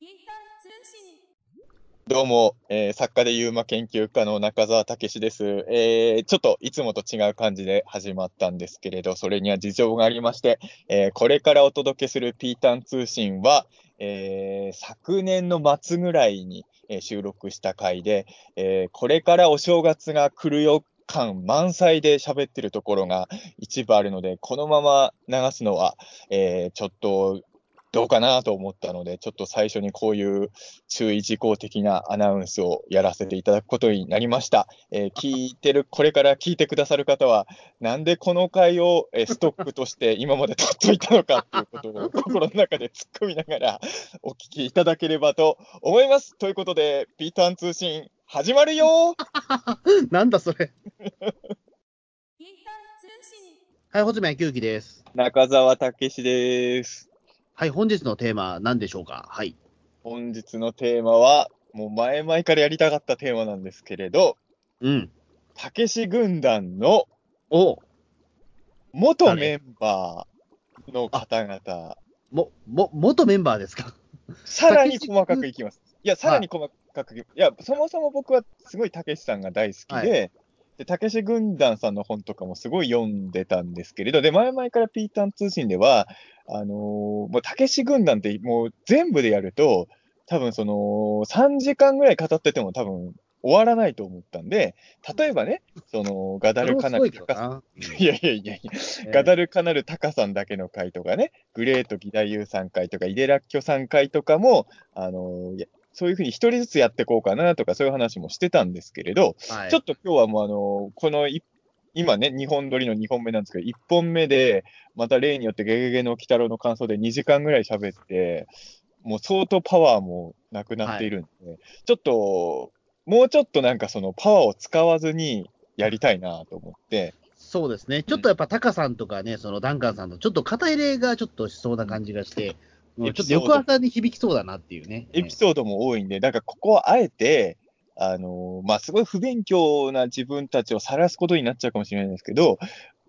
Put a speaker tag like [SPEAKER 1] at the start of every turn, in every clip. [SPEAKER 1] 民間通信
[SPEAKER 2] どうも、えー作家でユーマ研究家の中澤武史です、えーちょっといつもと違う感じで始まったんですけれど、それには事情がありまして、えーこれからお届けするピータン通信は、えー昨年の末ぐらいに、えー収録した回で、えーこれからお正月が来るよ感満載で喋ってるところが一部あるので、このまま流すのは、えーちょっとどうかなと思ったので、ちょっと最初にこういう注意事項的なアナウンスをやらせていただくことになりました。えー聞いてる、これから聞いてくださる方は、なんでこの回を、えーストックとして今まで取っといたのかっていうことを心の中で突っ込みながらお聞きいただければと思います。ということで、ピーターン通信始まるよ
[SPEAKER 3] なんだそれ。
[SPEAKER 1] 民間通信
[SPEAKER 3] はい、ほつめやきゅうきです。
[SPEAKER 2] 中澤武史です。
[SPEAKER 3] はい、本日のテーマは何でしょうかはい。
[SPEAKER 2] 本日のテーマは、もう前々からやりたかったテーマなんですけれど、
[SPEAKER 3] うん。
[SPEAKER 2] たけし軍団の
[SPEAKER 3] お
[SPEAKER 2] 元メンバーの方々、
[SPEAKER 3] も、も、元メンバーですか
[SPEAKER 2] さらに細かくいきます。いや、さらに細かくい、いや、そもそも僕はすごいたけしさんが大好きで、で、たけし軍団さんの本とかもすごい読んでたんですけれど、で、前々からピータン通信では、あのーもうたけし軍団ってもう全部でやると、多分その、3時間ぐらい語ってても多分終わらないと思ったんで、例えばね、その、ガダルカナ
[SPEAKER 3] それも
[SPEAKER 2] リ
[SPEAKER 3] すごいけどな。
[SPEAKER 2] いやいやいやいや、ガダルカナルタカさんだけの回とかね、グレート・ギダユーさん回とか、イデラッキョさん回とかも、あのーいやそういうふうに一人ずつやっていこうかなとか、そういう話もしてたんですけれど、
[SPEAKER 3] はい
[SPEAKER 2] ちょっと今日はもう、あのーこのい今ね、2本撮りの2本目なんですけど、1本目で、また例によってゲゲゲの鬼太郎の感想で2時間ぐらい喋って、もう相当パワーもなくなっているんで、ちょっと、もうちょっとなんかそのパワーを使わずにやりたいなと思って、
[SPEAKER 3] そうですね。ちょっとやっぱタカさんとかね、そのダンカンさんとちょっと肩入れがちょっとしそうな感じがして、
[SPEAKER 2] うん
[SPEAKER 3] うんちょっと翌朝に響きそうだなっていうね。
[SPEAKER 2] エピソードも多いんで、だからここはあえて、あのーまあ、すごい不勉強な自分たちを晒すことになっちゃうかもしれないんですけど、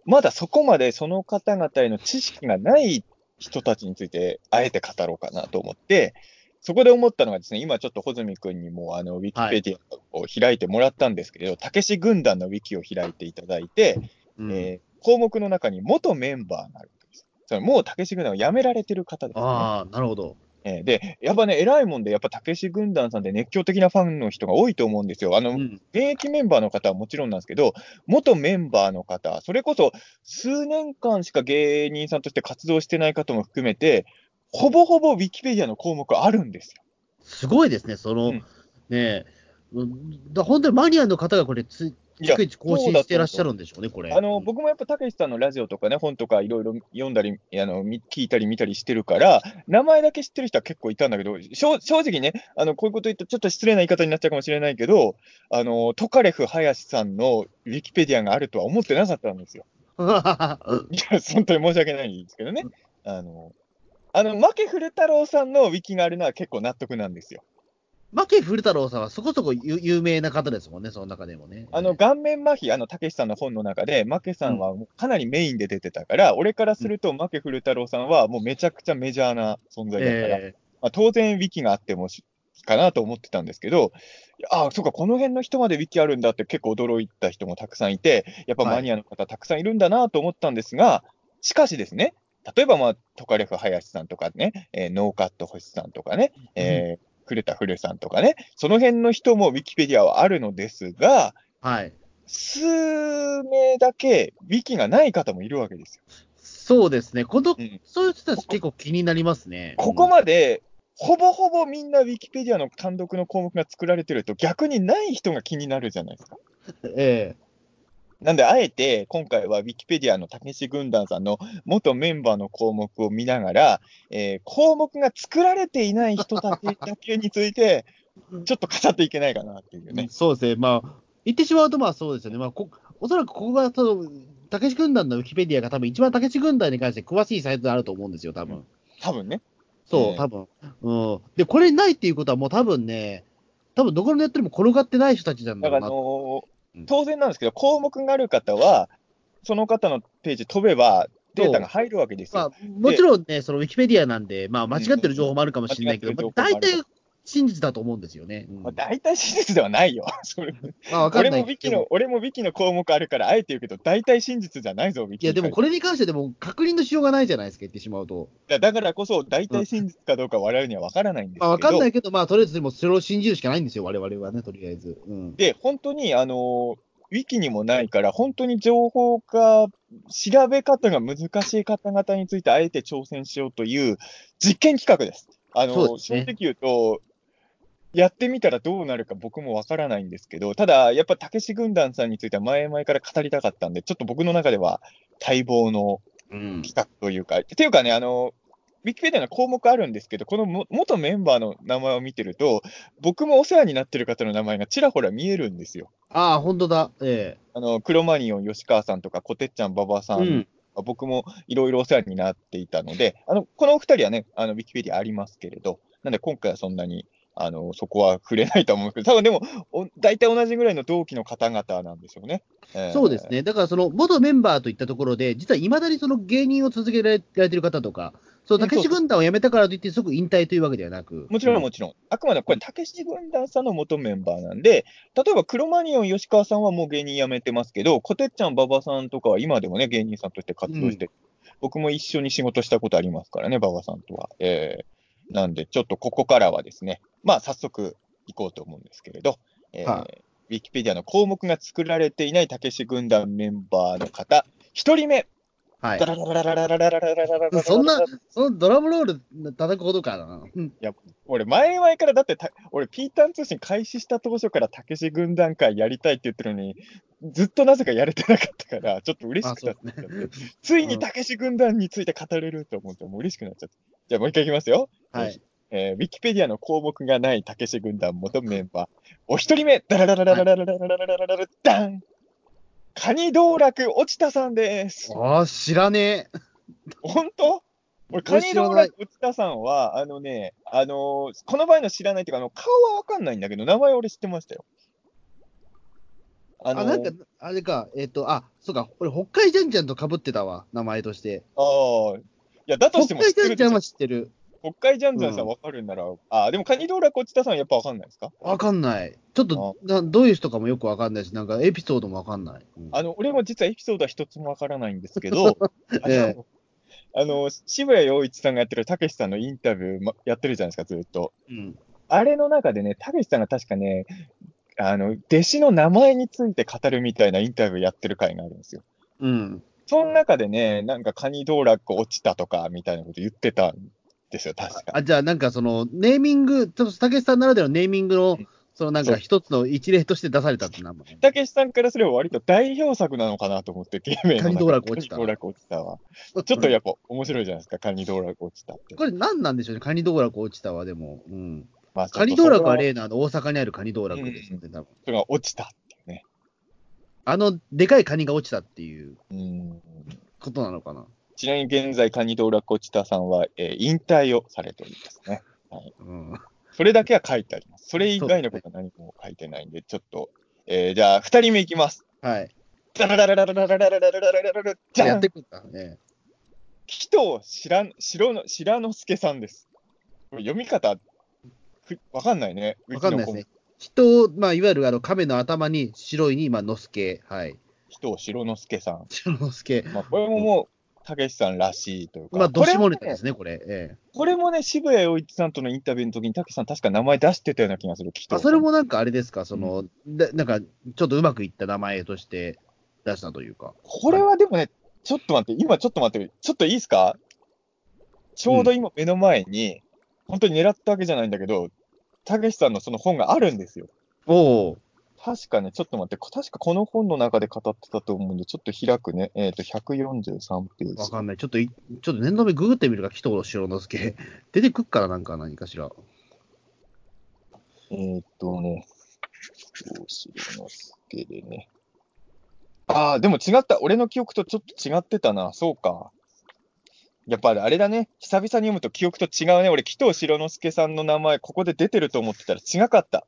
[SPEAKER 2] まだそこまでその方々への知識がない人たちについて、あえて語ろうかなと思って、そこで思ったのがですね、今ちょっと穂積君にもあのウィキペディアを開いてもらったんですけれど、たけし軍団のウィキを開いていただいて、
[SPEAKER 3] うん
[SPEAKER 2] えー項目の中に元メンバーがあるんです。そのもうたけし軍団を辞められてる方です、ね。
[SPEAKER 3] ああ、なるほど。
[SPEAKER 2] えーで、やっぱね、偉いもんで、やっぱ、たけし軍団さんって熱狂的なファンの人が多いと思うんですよ。あの、
[SPEAKER 3] うん。
[SPEAKER 2] 現役メンバーの方はもちろんなんですけど、元メンバーの方、それこそ数年間しか芸人さんとして活動してない方も含めて、ほぼほぼウィキペディアの項目あるんですよ。
[SPEAKER 3] すごいですね、その、
[SPEAKER 2] うん
[SPEAKER 3] ねえ、うんだ本当にマニアの方がこれつ、
[SPEAKER 2] いや
[SPEAKER 3] 逐一更新してらっしゃるんでしょうね、これ。
[SPEAKER 2] あの、僕もやっぱ、たけしさんのラジオとかね、本とかいろいろ読んだり、あの、み聞いたり見たりしてるから、名前だけ知ってる人は結構いたんだけど、正正直ね、あの、こういうこと言ってちょっと失礼な言い方になっちゃうかもしれないけど、あの、トカレフ林さんのウィキペディアがあるとは思ってなかったんですよ。 いや、本当に申し訳ないんですけどね。あの、あの、負け古太郎さんのウィキがあるのは結構納得なんですよ。
[SPEAKER 3] マケ古太郎さんはそこそこ有有名な方ですもんね、その中でもね。
[SPEAKER 2] あの、顔面麻痺、あの、たけしさんの本の中で、マケさんはもうかなりメインで出てたから、俺からすると、マケ古太郎さんはもうめちゃくちゃメジャーな存在だから、
[SPEAKER 3] え
[SPEAKER 2] まあ、当然、ウィキがあってもしかなと思ってたんですけど、いやああ、そうか、この辺の人までウィキあるんだって結構驚いた人もたくさんいて、やっぱマニアの方たくさんいるんだなと思ったんですが、しかしですね、例えば、まあ、トカレフ林さんとかね、えーノーカット星さんとかね、えー、古田古さんとかね、その辺の人もウィキペディアはあるのですが、
[SPEAKER 3] ーはい。
[SPEAKER 2] 数名だけウィキがない方もいるわけですよ。
[SPEAKER 3] そうですね、この、
[SPEAKER 2] うん
[SPEAKER 3] そういう人たち結構気になりますね。
[SPEAKER 2] ここ
[SPEAKER 3] で、
[SPEAKER 2] まで、ほぼほぼみんなウィキペディアの単独の項目が作られてると、逆にない人が気になるじゃないですか。
[SPEAKER 3] え
[SPEAKER 2] なんで、あえて今回はウィキペディアのたけし軍団さんの元メンバーの項目を見ながら、えー項目が作られていない人たちだけについて、ちょっと語っていけないかなっていう
[SPEAKER 3] え
[SPEAKER 2] ね。
[SPEAKER 3] そうですね、まあ、言ってしまうと、まあそうですよね、まあこおそらくここが、そのたけし軍団のウィキペディアが多分一番たけし軍団に関して詳しいサイトであると思うんですよ、多分。
[SPEAKER 2] 多分ね。
[SPEAKER 3] そう、
[SPEAKER 2] ええ
[SPEAKER 3] 多分、うん。で、これにないっていうことはもう多分ね、多分どこのネットにも転がってない人たちなんだ
[SPEAKER 2] だ
[SPEAKER 3] ろ
[SPEAKER 2] から、
[SPEAKER 3] う
[SPEAKER 2] あ
[SPEAKER 3] な。
[SPEAKER 2] のー
[SPEAKER 3] うん
[SPEAKER 2] 当然なんですけど、項目がある方は、その方のページ飛べば、データが入るわけですよ
[SPEAKER 3] まあ、。もちろんね、そのウィキペディアなんで、まあ、間違ってる情報もあるかもしれないけど、
[SPEAKER 2] 間違ってる
[SPEAKER 3] まあ
[SPEAKER 2] 情報もあ
[SPEAKER 3] 大
[SPEAKER 2] る
[SPEAKER 3] 体真実だと思うんですよね。うん
[SPEAKER 2] まあ、大体真実ではないよ。 それ
[SPEAKER 3] まあ、わかん
[SPEAKER 2] 俺
[SPEAKER 3] ない
[SPEAKER 2] もビキの、俺もビキの項目あるから、あえて言うけど、大体真実じゃないぞ、ビ
[SPEAKER 3] い
[SPEAKER 2] キ
[SPEAKER 3] や、
[SPEAKER 2] に
[SPEAKER 3] で
[SPEAKER 2] 関して。
[SPEAKER 3] もこれに関してでも確認のしようがないじゃないですか、言ってしまうと。
[SPEAKER 2] だだからこそ、大体真実かどうか我々には分からないんですけど、
[SPEAKER 3] まあ、わかんないけど、まあ、とりあえずでもそれを信じるしかないんですよ、我々はね、とりあえず。うん。
[SPEAKER 2] で、本当に、あのーウィキにもないから、本当に情報化、調べ方が難しい方々について、あえて挑戦しようという実験企画です。あのー
[SPEAKER 3] そうです
[SPEAKER 2] 正
[SPEAKER 3] ね
[SPEAKER 2] 直言うと、やってみたらどうなるか僕もわからないんですけど、ただ、やっぱ、たけし軍団さんについては前々から語りたかったんで、ちょっと僕の中では待望の
[SPEAKER 3] うん。
[SPEAKER 2] 企画というか、っていうかね、あの、ウィキペディアの項目あるんですけど、このも元メンバーの名前を見てると、僕もお世話になってる方の名前がちらほら見えるんですよ。
[SPEAKER 3] ああ、本当だ。え
[SPEAKER 2] あの、クロマニオン吉川さんとか、こてっちゃん馬場
[SPEAKER 3] え
[SPEAKER 2] さん、。僕もいろいろお世話になっていたので、あの、このお二人はね、あの、ウィキペディアありますけれど、なんで今回はそんなに、あの、そこは触れないと思うんですけど、多分でも、お大体同じぐらいの同期の方々なんですよね。えー
[SPEAKER 3] そうです。ね。だから、その、元メンバーといったところで、実はいまだにその芸人を続けられられてる方とか、その、
[SPEAKER 2] うん
[SPEAKER 3] たけし軍団を辞めたからといって、即引退というわけではなく。
[SPEAKER 2] もちろん、
[SPEAKER 3] う
[SPEAKER 2] もちろん。あくまでこれ、たけし軍団さんの元メンバーなんで、例えば、クロマニオン吉川さんはもう芸人辞めてますけど、こてっちゃん馬場さんとかは今でもね、芸人さんとして活動して、僕も一緒に仕事したことありますからね、馬場さんとは。えー、なんで、ちょっとここからはですね、まあ、早速行こうと思うんですけれど、えー
[SPEAKER 3] は
[SPEAKER 2] ウィキペディアの項目が作られていないたけし軍団メンバーの方、一人目、
[SPEAKER 3] はい
[SPEAKER 2] ダ。ラダラダラダラダラダラダラ
[SPEAKER 3] そんな、そのドラムロール叩くほどかな。うん
[SPEAKER 2] 俺、前々からだってた、俺、ピーターン通信開始した当初から、たけし軍団会やりたいって言ってるのに、ずっとなぜかやれてなかったから、ちょっと嬉しくなっちゃって、ついにたけし軍団について語れると思って、もう嬉しくなっちゃって。じゃあ、もう一回いきますよ。
[SPEAKER 3] はい。
[SPEAKER 2] えー、ウィキペディアの項目がないたけし軍団元メンバー。お一人目、ダラダラダラダラダラダラダラダラダンカニ道楽落ちたさんです。
[SPEAKER 3] ああ、知らねえ。
[SPEAKER 2] 本当俺、カニ道
[SPEAKER 3] 知らない
[SPEAKER 2] 楽内田さんは、あのね、あのーこの場合の知らないっていうか、あの顔はわかんないんだけど、名前俺知ってましたよ。あ
[SPEAKER 3] あ、
[SPEAKER 2] のー
[SPEAKER 3] なんか、あれか、えっ、と、あ、そうか、俺、北海ジャンジャンと被ってたわ、名前として。
[SPEAKER 2] あーいや、だとして
[SPEAKER 3] 北
[SPEAKER 2] も知っ
[SPEAKER 3] 海ジ
[SPEAKER 2] てるでしょ
[SPEAKER 3] ャンジャンは知ってる。
[SPEAKER 2] 北海ジャンジャンさんわかるんなら、あーでもカニ道楽内田さんはやっぱわかんないですか
[SPEAKER 3] わかんない。ちょっとな、どういう人かもよくわかんないし、なんかエピソードもわかんない。うん
[SPEAKER 2] あの、俺も実はエピソードは一つもわからないんですけ ど、あの
[SPEAKER 3] え
[SPEAKER 2] あの、渋谷陽一さんがやってるたけしさんのインタビュー、ま、やってるじゃないですか、ずっと。
[SPEAKER 3] うん
[SPEAKER 2] あれの中でね、たけしさんが確かね、あの、弟子の名前について語るみたいなインタビューやってる回があるんですよ。
[SPEAKER 3] うん。
[SPEAKER 2] その中でね、なんかカニ道楽落ちたとかみたいなこと言ってたんですよ、確か。
[SPEAKER 3] あ、じゃあ、なんかその、ネーミング、ちょっと、たけしさんならではのネーミングの、そのなん
[SPEAKER 2] そ
[SPEAKER 3] か
[SPEAKER 2] う
[SPEAKER 3] 一つの一例として出されたって名前。
[SPEAKER 2] たけしさんからすれば割と代表作なのかなと思って、ゲーム
[SPEAKER 3] カニ道楽落ちた
[SPEAKER 2] カニ道楽落ちたは。ちょっとやっぱ面白いじゃないですか、カニ道楽落ちたって。
[SPEAKER 3] これ何なんでしょうね、カニ道楽落ちたわ、でも。うん。
[SPEAKER 2] まあ
[SPEAKER 3] カニ道楽は
[SPEAKER 2] れ
[SPEAKER 3] 例のあの大阪にあるカニ道楽ですよね、多分。
[SPEAKER 2] が落ちたっていうね。
[SPEAKER 3] あの、でかいカニが落ちたっていう
[SPEAKER 2] うん。
[SPEAKER 3] ことなのかな。
[SPEAKER 2] ちなみに現在、カニ道楽落ちたさんは、えー引退をされておりますね。
[SPEAKER 3] うん。
[SPEAKER 2] それだけは書いてあります。それ以外のことは何も書いてないんで、ちょっと、えーじゃあ、二人目いきます。
[SPEAKER 3] はい。
[SPEAKER 2] ダラダラダラダラダラダラダラダラじ
[SPEAKER 3] や
[SPEAKER 2] ゃ
[SPEAKER 3] っ
[SPEAKER 2] ん
[SPEAKER 3] てくんだね。
[SPEAKER 2] 紀藤白白の白之助さんです。これ読み方、ふわかんないね。
[SPEAKER 3] わかんないです
[SPEAKER 2] う
[SPEAKER 3] ね。人を、まあ、いわゆるあの、亀の頭に白いに、まあ、のすけ。はい。
[SPEAKER 2] ちのこの紀藤白之助さん。
[SPEAKER 3] 白のすけ。
[SPEAKER 2] まあ、これももう、たけしさんらしいというか。
[SPEAKER 3] まあ、どしもネタ
[SPEAKER 2] これも
[SPEAKER 3] で
[SPEAKER 2] ね
[SPEAKER 3] すね、これ。ええ。
[SPEAKER 2] これもね、渋谷陽一さんとのインタビューの時に、たけしさん確か名前出してたような気がする。紀藤
[SPEAKER 3] あ、それもなんかあれですか、その、でなんか、ちょっとうまくいった名前として出したというか。
[SPEAKER 2] これはでもね、ちょっと待って、今ちょっと待って、ちょっといいですかちょうど今目の前に、本当に狙ったわけじゃないんだけど、たけしさんのその本があるんですよ。
[SPEAKER 3] おお。
[SPEAKER 2] 確かね、ちょっと待って、こ確かこの本の中で語ってたと思うんで、ちょっと開くね。えっ、と、143ペー
[SPEAKER 3] わ
[SPEAKER 2] ジ。
[SPEAKER 3] かんない。ちょっとい、ちょっと念の目ググってみるか、紀藤白之助。出てくっからなんか何かしら。
[SPEAKER 2] えっ、とね、どうしのすけでね。ああ、でも違った。俺の記憶とちょっと違ってたな。そうか。やっぱりあれだね。久々に読むと記憶と違うね。俺、紀藤白之助さんの名前、ここで出てると思ってたら違かった。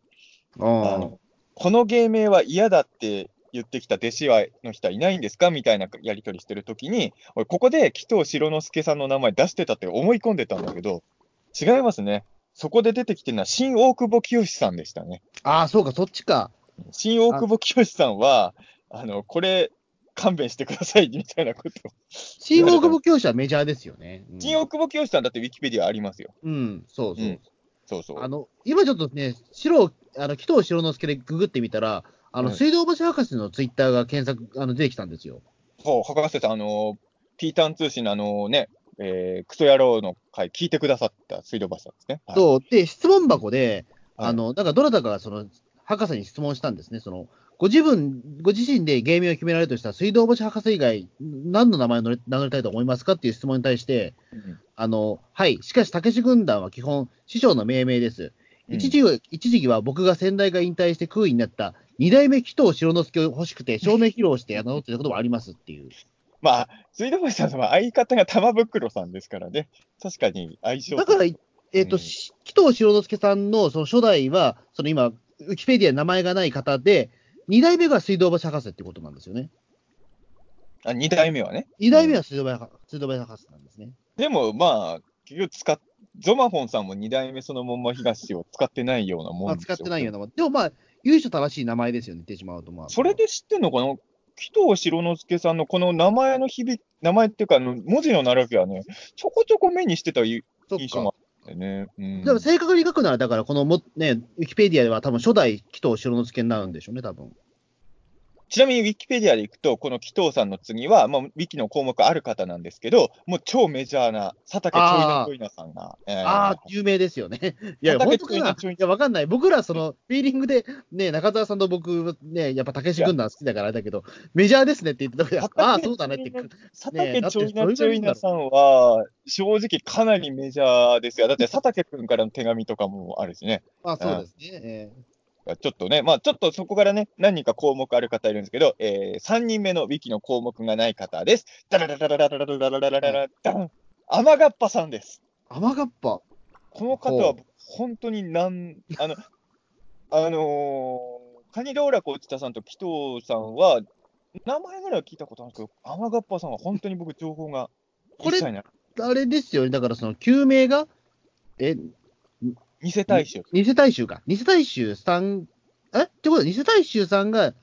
[SPEAKER 2] あ
[SPEAKER 3] あ
[SPEAKER 2] のこの芸名は嫌だって言ってきた弟子はの人はいないんですかみたいなやり取りしてるときに、俺、ここで紀藤白之助さんの名前出してたって思い込んでたんだけど、違いますね。そこで出てきてるのは新大久保清さんでしたね。
[SPEAKER 3] ああ、そうか、そっちか。
[SPEAKER 2] 新大久保清さんは、あの、これ、勘弁してください、みたいなこと。
[SPEAKER 3] 新大久保教師はメジャーですよね。うん
[SPEAKER 2] 新大久保清さんだってウィキペディアありますよ。
[SPEAKER 3] うん、そうそう。
[SPEAKER 2] うんそうそう。
[SPEAKER 3] あの、今ちょっとね、白、あの、紀藤白之助でググってみたら、あの、
[SPEAKER 2] はい
[SPEAKER 3] 水道橋博士のツイッターが検索、あの、出てきたんですよ。
[SPEAKER 2] そう、博士さん、あの、ピーターン通信のあのね、えークソ野郎の回、聞いてくださった水道橋さんですね。はい
[SPEAKER 3] そう、で、質問箱で、
[SPEAKER 2] はい
[SPEAKER 3] あの、なんかどなたかがその、博士に質問したんですね。その、ご自分、ご自身で芸名を決められるとしたら、水道橋博士以外、何の名前を名乗り名乗りたいと思いますかっていう質問に対して、
[SPEAKER 2] うん
[SPEAKER 3] あの、はい、しかし、武士軍団は基本、師匠の命名です。
[SPEAKER 2] うん
[SPEAKER 3] 一時は一時期は僕が先代が引退して空位になった、二代目紀藤城之助を欲しくて、照明披露して名乗ってたこともありますっ ていう。
[SPEAKER 2] まあ、水道橋さんは相方が玉袋さんですからね。確かに相性
[SPEAKER 3] だから、えっ、
[SPEAKER 2] う
[SPEAKER 3] と、
[SPEAKER 2] ん
[SPEAKER 3] し紀藤城之助さんのその初代は、その今、ウィキペディアに名前がない方で、二代目が水道橋博士ってことなんですよね。
[SPEAKER 2] あ、2代目はね。
[SPEAKER 3] 二代目は水道橋,、水道橋博士なんですね。
[SPEAKER 2] でも、まあ、結局使っ、ゾマホンさんも2代目そのまんま東を使ってないようなもん
[SPEAKER 3] まあ、
[SPEAKER 2] です
[SPEAKER 3] 使
[SPEAKER 2] よ
[SPEAKER 3] ってないようなもん。でもまあ、由緒正しい名前ですよね、言ってしまうと。まあ、
[SPEAKER 2] それで知ってんのかな紀藤城之助さんのこの名前の響き、名前っていうか、あの文字の並びはね、ちょこちょこ目にしてた印
[SPEAKER 3] そっ
[SPEAKER 2] 印
[SPEAKER 3] か
[SPEAKER 2] 象もあってね。うん
[SPEAKER 3] でも正確に書くなら、だからこのも、ね、ウィキペディアでは多分初代紀藤城之助になるんでしょうね、多分。
[SPEAKER 2] ちなみにウィキペディアでいくと、この紀藤さんの次は、まあ、ウィキの項目ある方なんですけど、もう超メジャーな佐竹ちょいなちょいなさんが。えー
[SPEAKER 3] ああ、有名ですよ ね。いや、
[SPEAKER 2] 畑
[SPEAKER 3] 本当か
[SPEAKER 2] 中
[SPEAKER 3] な
[SPEAKER 2] 日
[SPEAKER 3] いや、わかんない。僕ら、その、フィーリングで、ね、中澤さんと僕、ね、やっぱ、武志軍団好きだからあれだけど、メジャーですねって言ってたから、
[SPEAKER 2] 畑
[SPEAKER 3] ああー、そうだねって。
[SPEAKER 2] 佐
[SPEAKER 3] ね
[SPEAKER 2] 竹
[SPEAKER 3] えだって
[SPEAKER 2] ちょい
[SPEAKER 3] それ
[SPEAKER 2] な
[SPEAKER 3] が
[SPEAKER 2] ちょいなさんは、正直かなりメジャーですよ。だって佐竹くんからの手紙とかもあるしね。
[SPEAKER 3] まあ、そうですね。え
[SPEAKER 2] ちょっとね、まあちょっとそこからね、何人か項目ある方いるんですけど、えー、3人目のウィキの項目がない方です。ダラダラダラダラダラダラダラダン雨がっぱさんです。
[SPEAKER 3] ー、甘がっぱ。
[SPEAKER 2] この方
[SPEAKER 3] ほ
[SPEAKER 2] は
[SPEAKER 3] う
[SPEAKER 2] 本当になん、あの、あのー、カニローラコ内田さんと紀藤さんは、名前ぐらいは聞いたことあるんですけど、雨がっぱさんは本当に僕情報が
[SPEAKER 3] こ
[SPEAKER 2] 一
[SPEAKER 3] れ
[SPEAKER 2] 切ない。
[SPEAKER 3] あれですよね。だから、その、救命が、え、
[SPEAKER 2] 偽大衆。
[SPEAKER 3] 偽大衆か。偽大衆さん、えってことは、偽大衆さんが、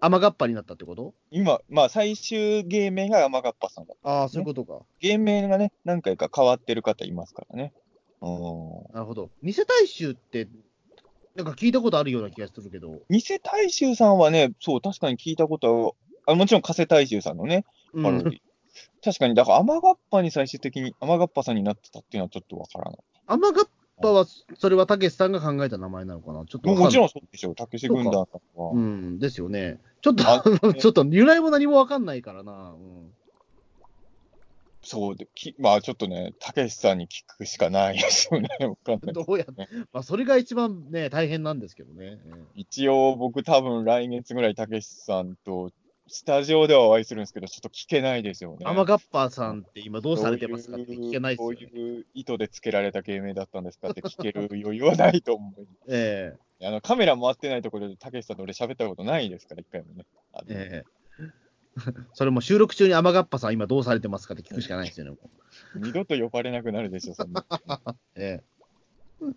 [SPEAKER 3] 甘がっぱになったってこと
[SPEAKER 2] 今、まあ最終芸名が雨がっぱさんだ。
[SPEAKER 3] ああ、そういうことか。
[SPEAKER 2] 芸名がね、何回か変わってる方いますからね。うん。
[SPEAKER 3] なるほど。偽大衆って、なんか聞いたことあるような気がするけど。
[SPEAKER 2] 偽大衆さんはね、そう、確かに聞いたことは、あもちろん加瀬大衆さんのね、
[SPEAKER 3] う
[SPEAKER 2] パ
[SPEAKER 3] ん
[SPEAKER 2] ロディ確かに、だから、雨がっぱに最終的に、雨がっぱさんになってたっていうのはちょっとわからない。
[SPEAKER 3] 甘がっぱは、それはたけしさんが考えた名前なのかなちょっと
[SPEAKER 2] も
[SPEAKER 3] わ
[SPEAKER 2] うも
[SPEAKER 3] かんない
[SPEAKER 2] ちろんそうでしょう、たけし軍団さんは。
[SPEAKER 3] うん、ですよね。ちょっ
[SPEAKER 2] あ
[SPEAKER 3] と、 ちょっと由来も何もわかんないからな。うん、
[SPEAKER 2] そうで、きまあちょっとね、たけしさんに聞くしかないです よね、わかん ない。
[SPEAKER 3] どうやって、まあ、それが一番ね、大変なんですけどね。
[SPEAKER 2] 一応、僕、多分来月ぐらい、たけしさんと、スタジオではお会いするんですけど、ちょっと聞けないですよね。
[SPEAKER 3] 甘がっぱさんって今どうされてますかって聞けないです
[SPEAKER 2] ど
[SPEAKER 3] よ
[SPEAKER 2] う
[SPEAKER 3] ね。
[SPEAKER 2] いう意図でつけられた芸名だったんですかって聞ける余裕はないと思う。
[SPEAKER 3] え
[SPEAKER 2] あのカメラ回ってないところで、たけしさんと俺喋ったことないですから、一回もね。あの
[SPEAKER 3] ええ えそれも収録中に甘がっぱさん今どうされてますかって聞くしかないですよね。
[SPEAKER 2] 二度と呼ばれなくなるでしょ、そんな。
[SPEAKER 3] え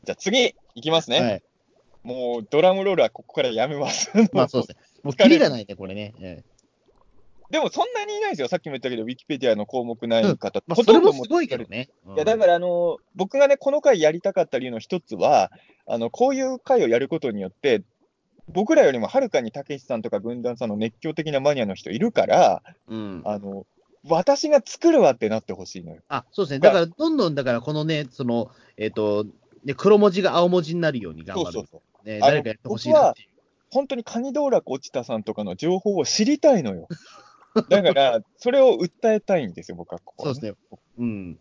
[SPEAKER 2] じゃあ次、いきます
[SPEAKER 3] え
[SPEAKER 2] ね。
[SPEAKER 3] はい。
[SPEAKER 2] もうドラムロールはここからやめます。
[SPEAKER 3] まあそうですね。もうキリがないね、これね。ええ
[SPEAKER 2] でもそんなにいないですよ。さっきも言ったけど、ウィキペディアの項目ない方、
[SPEAKER 3] まあ
[SPEAKER 2] ほ
[SPEAKER 3] そ
[SPEAKER 2] と
[SPEAKER 3] れ
[SPEAKER 2] んど
[SPEAKER 3] も
[SPEAKER 2] も
[SPEAKER 3] すごいけどね。
[SPEAKER 2] いやだから、あの僕がね、この回やりたかった理由の一つは、あのこういう回をやることによって、僕らよりもはるかにたけしさんとか軍団さんの熱狂的なマニアの人いるから、
[SPEAKER 3] うん。
[SPEAKER 2] あの私が作るわってなってほしいのよ。
[SPEAKER 3] あ、そうですね。だから、どんどん、だから、このね、その、えっ、と、ね、黒文字が青文字になるように頑
[SPEAKER 2] そう
[SPEAKER 3] 張る。
[SPEAKER 2] そうそう。
[SPEAKER 3] ね、
[SPEAKER 2] あの
[SPEAKER 3] 誰かやってほしいなっていう。
[SPEAKER 2] 本当にカニ道楽落ちたさんとかの情報を知りたいのよ。 だから、それを訴えたいんですよ、僕はここ
[SPEAKER 3] そう
[SPEAKER 2] はね、
[SPEAKER 3] ですね。うん。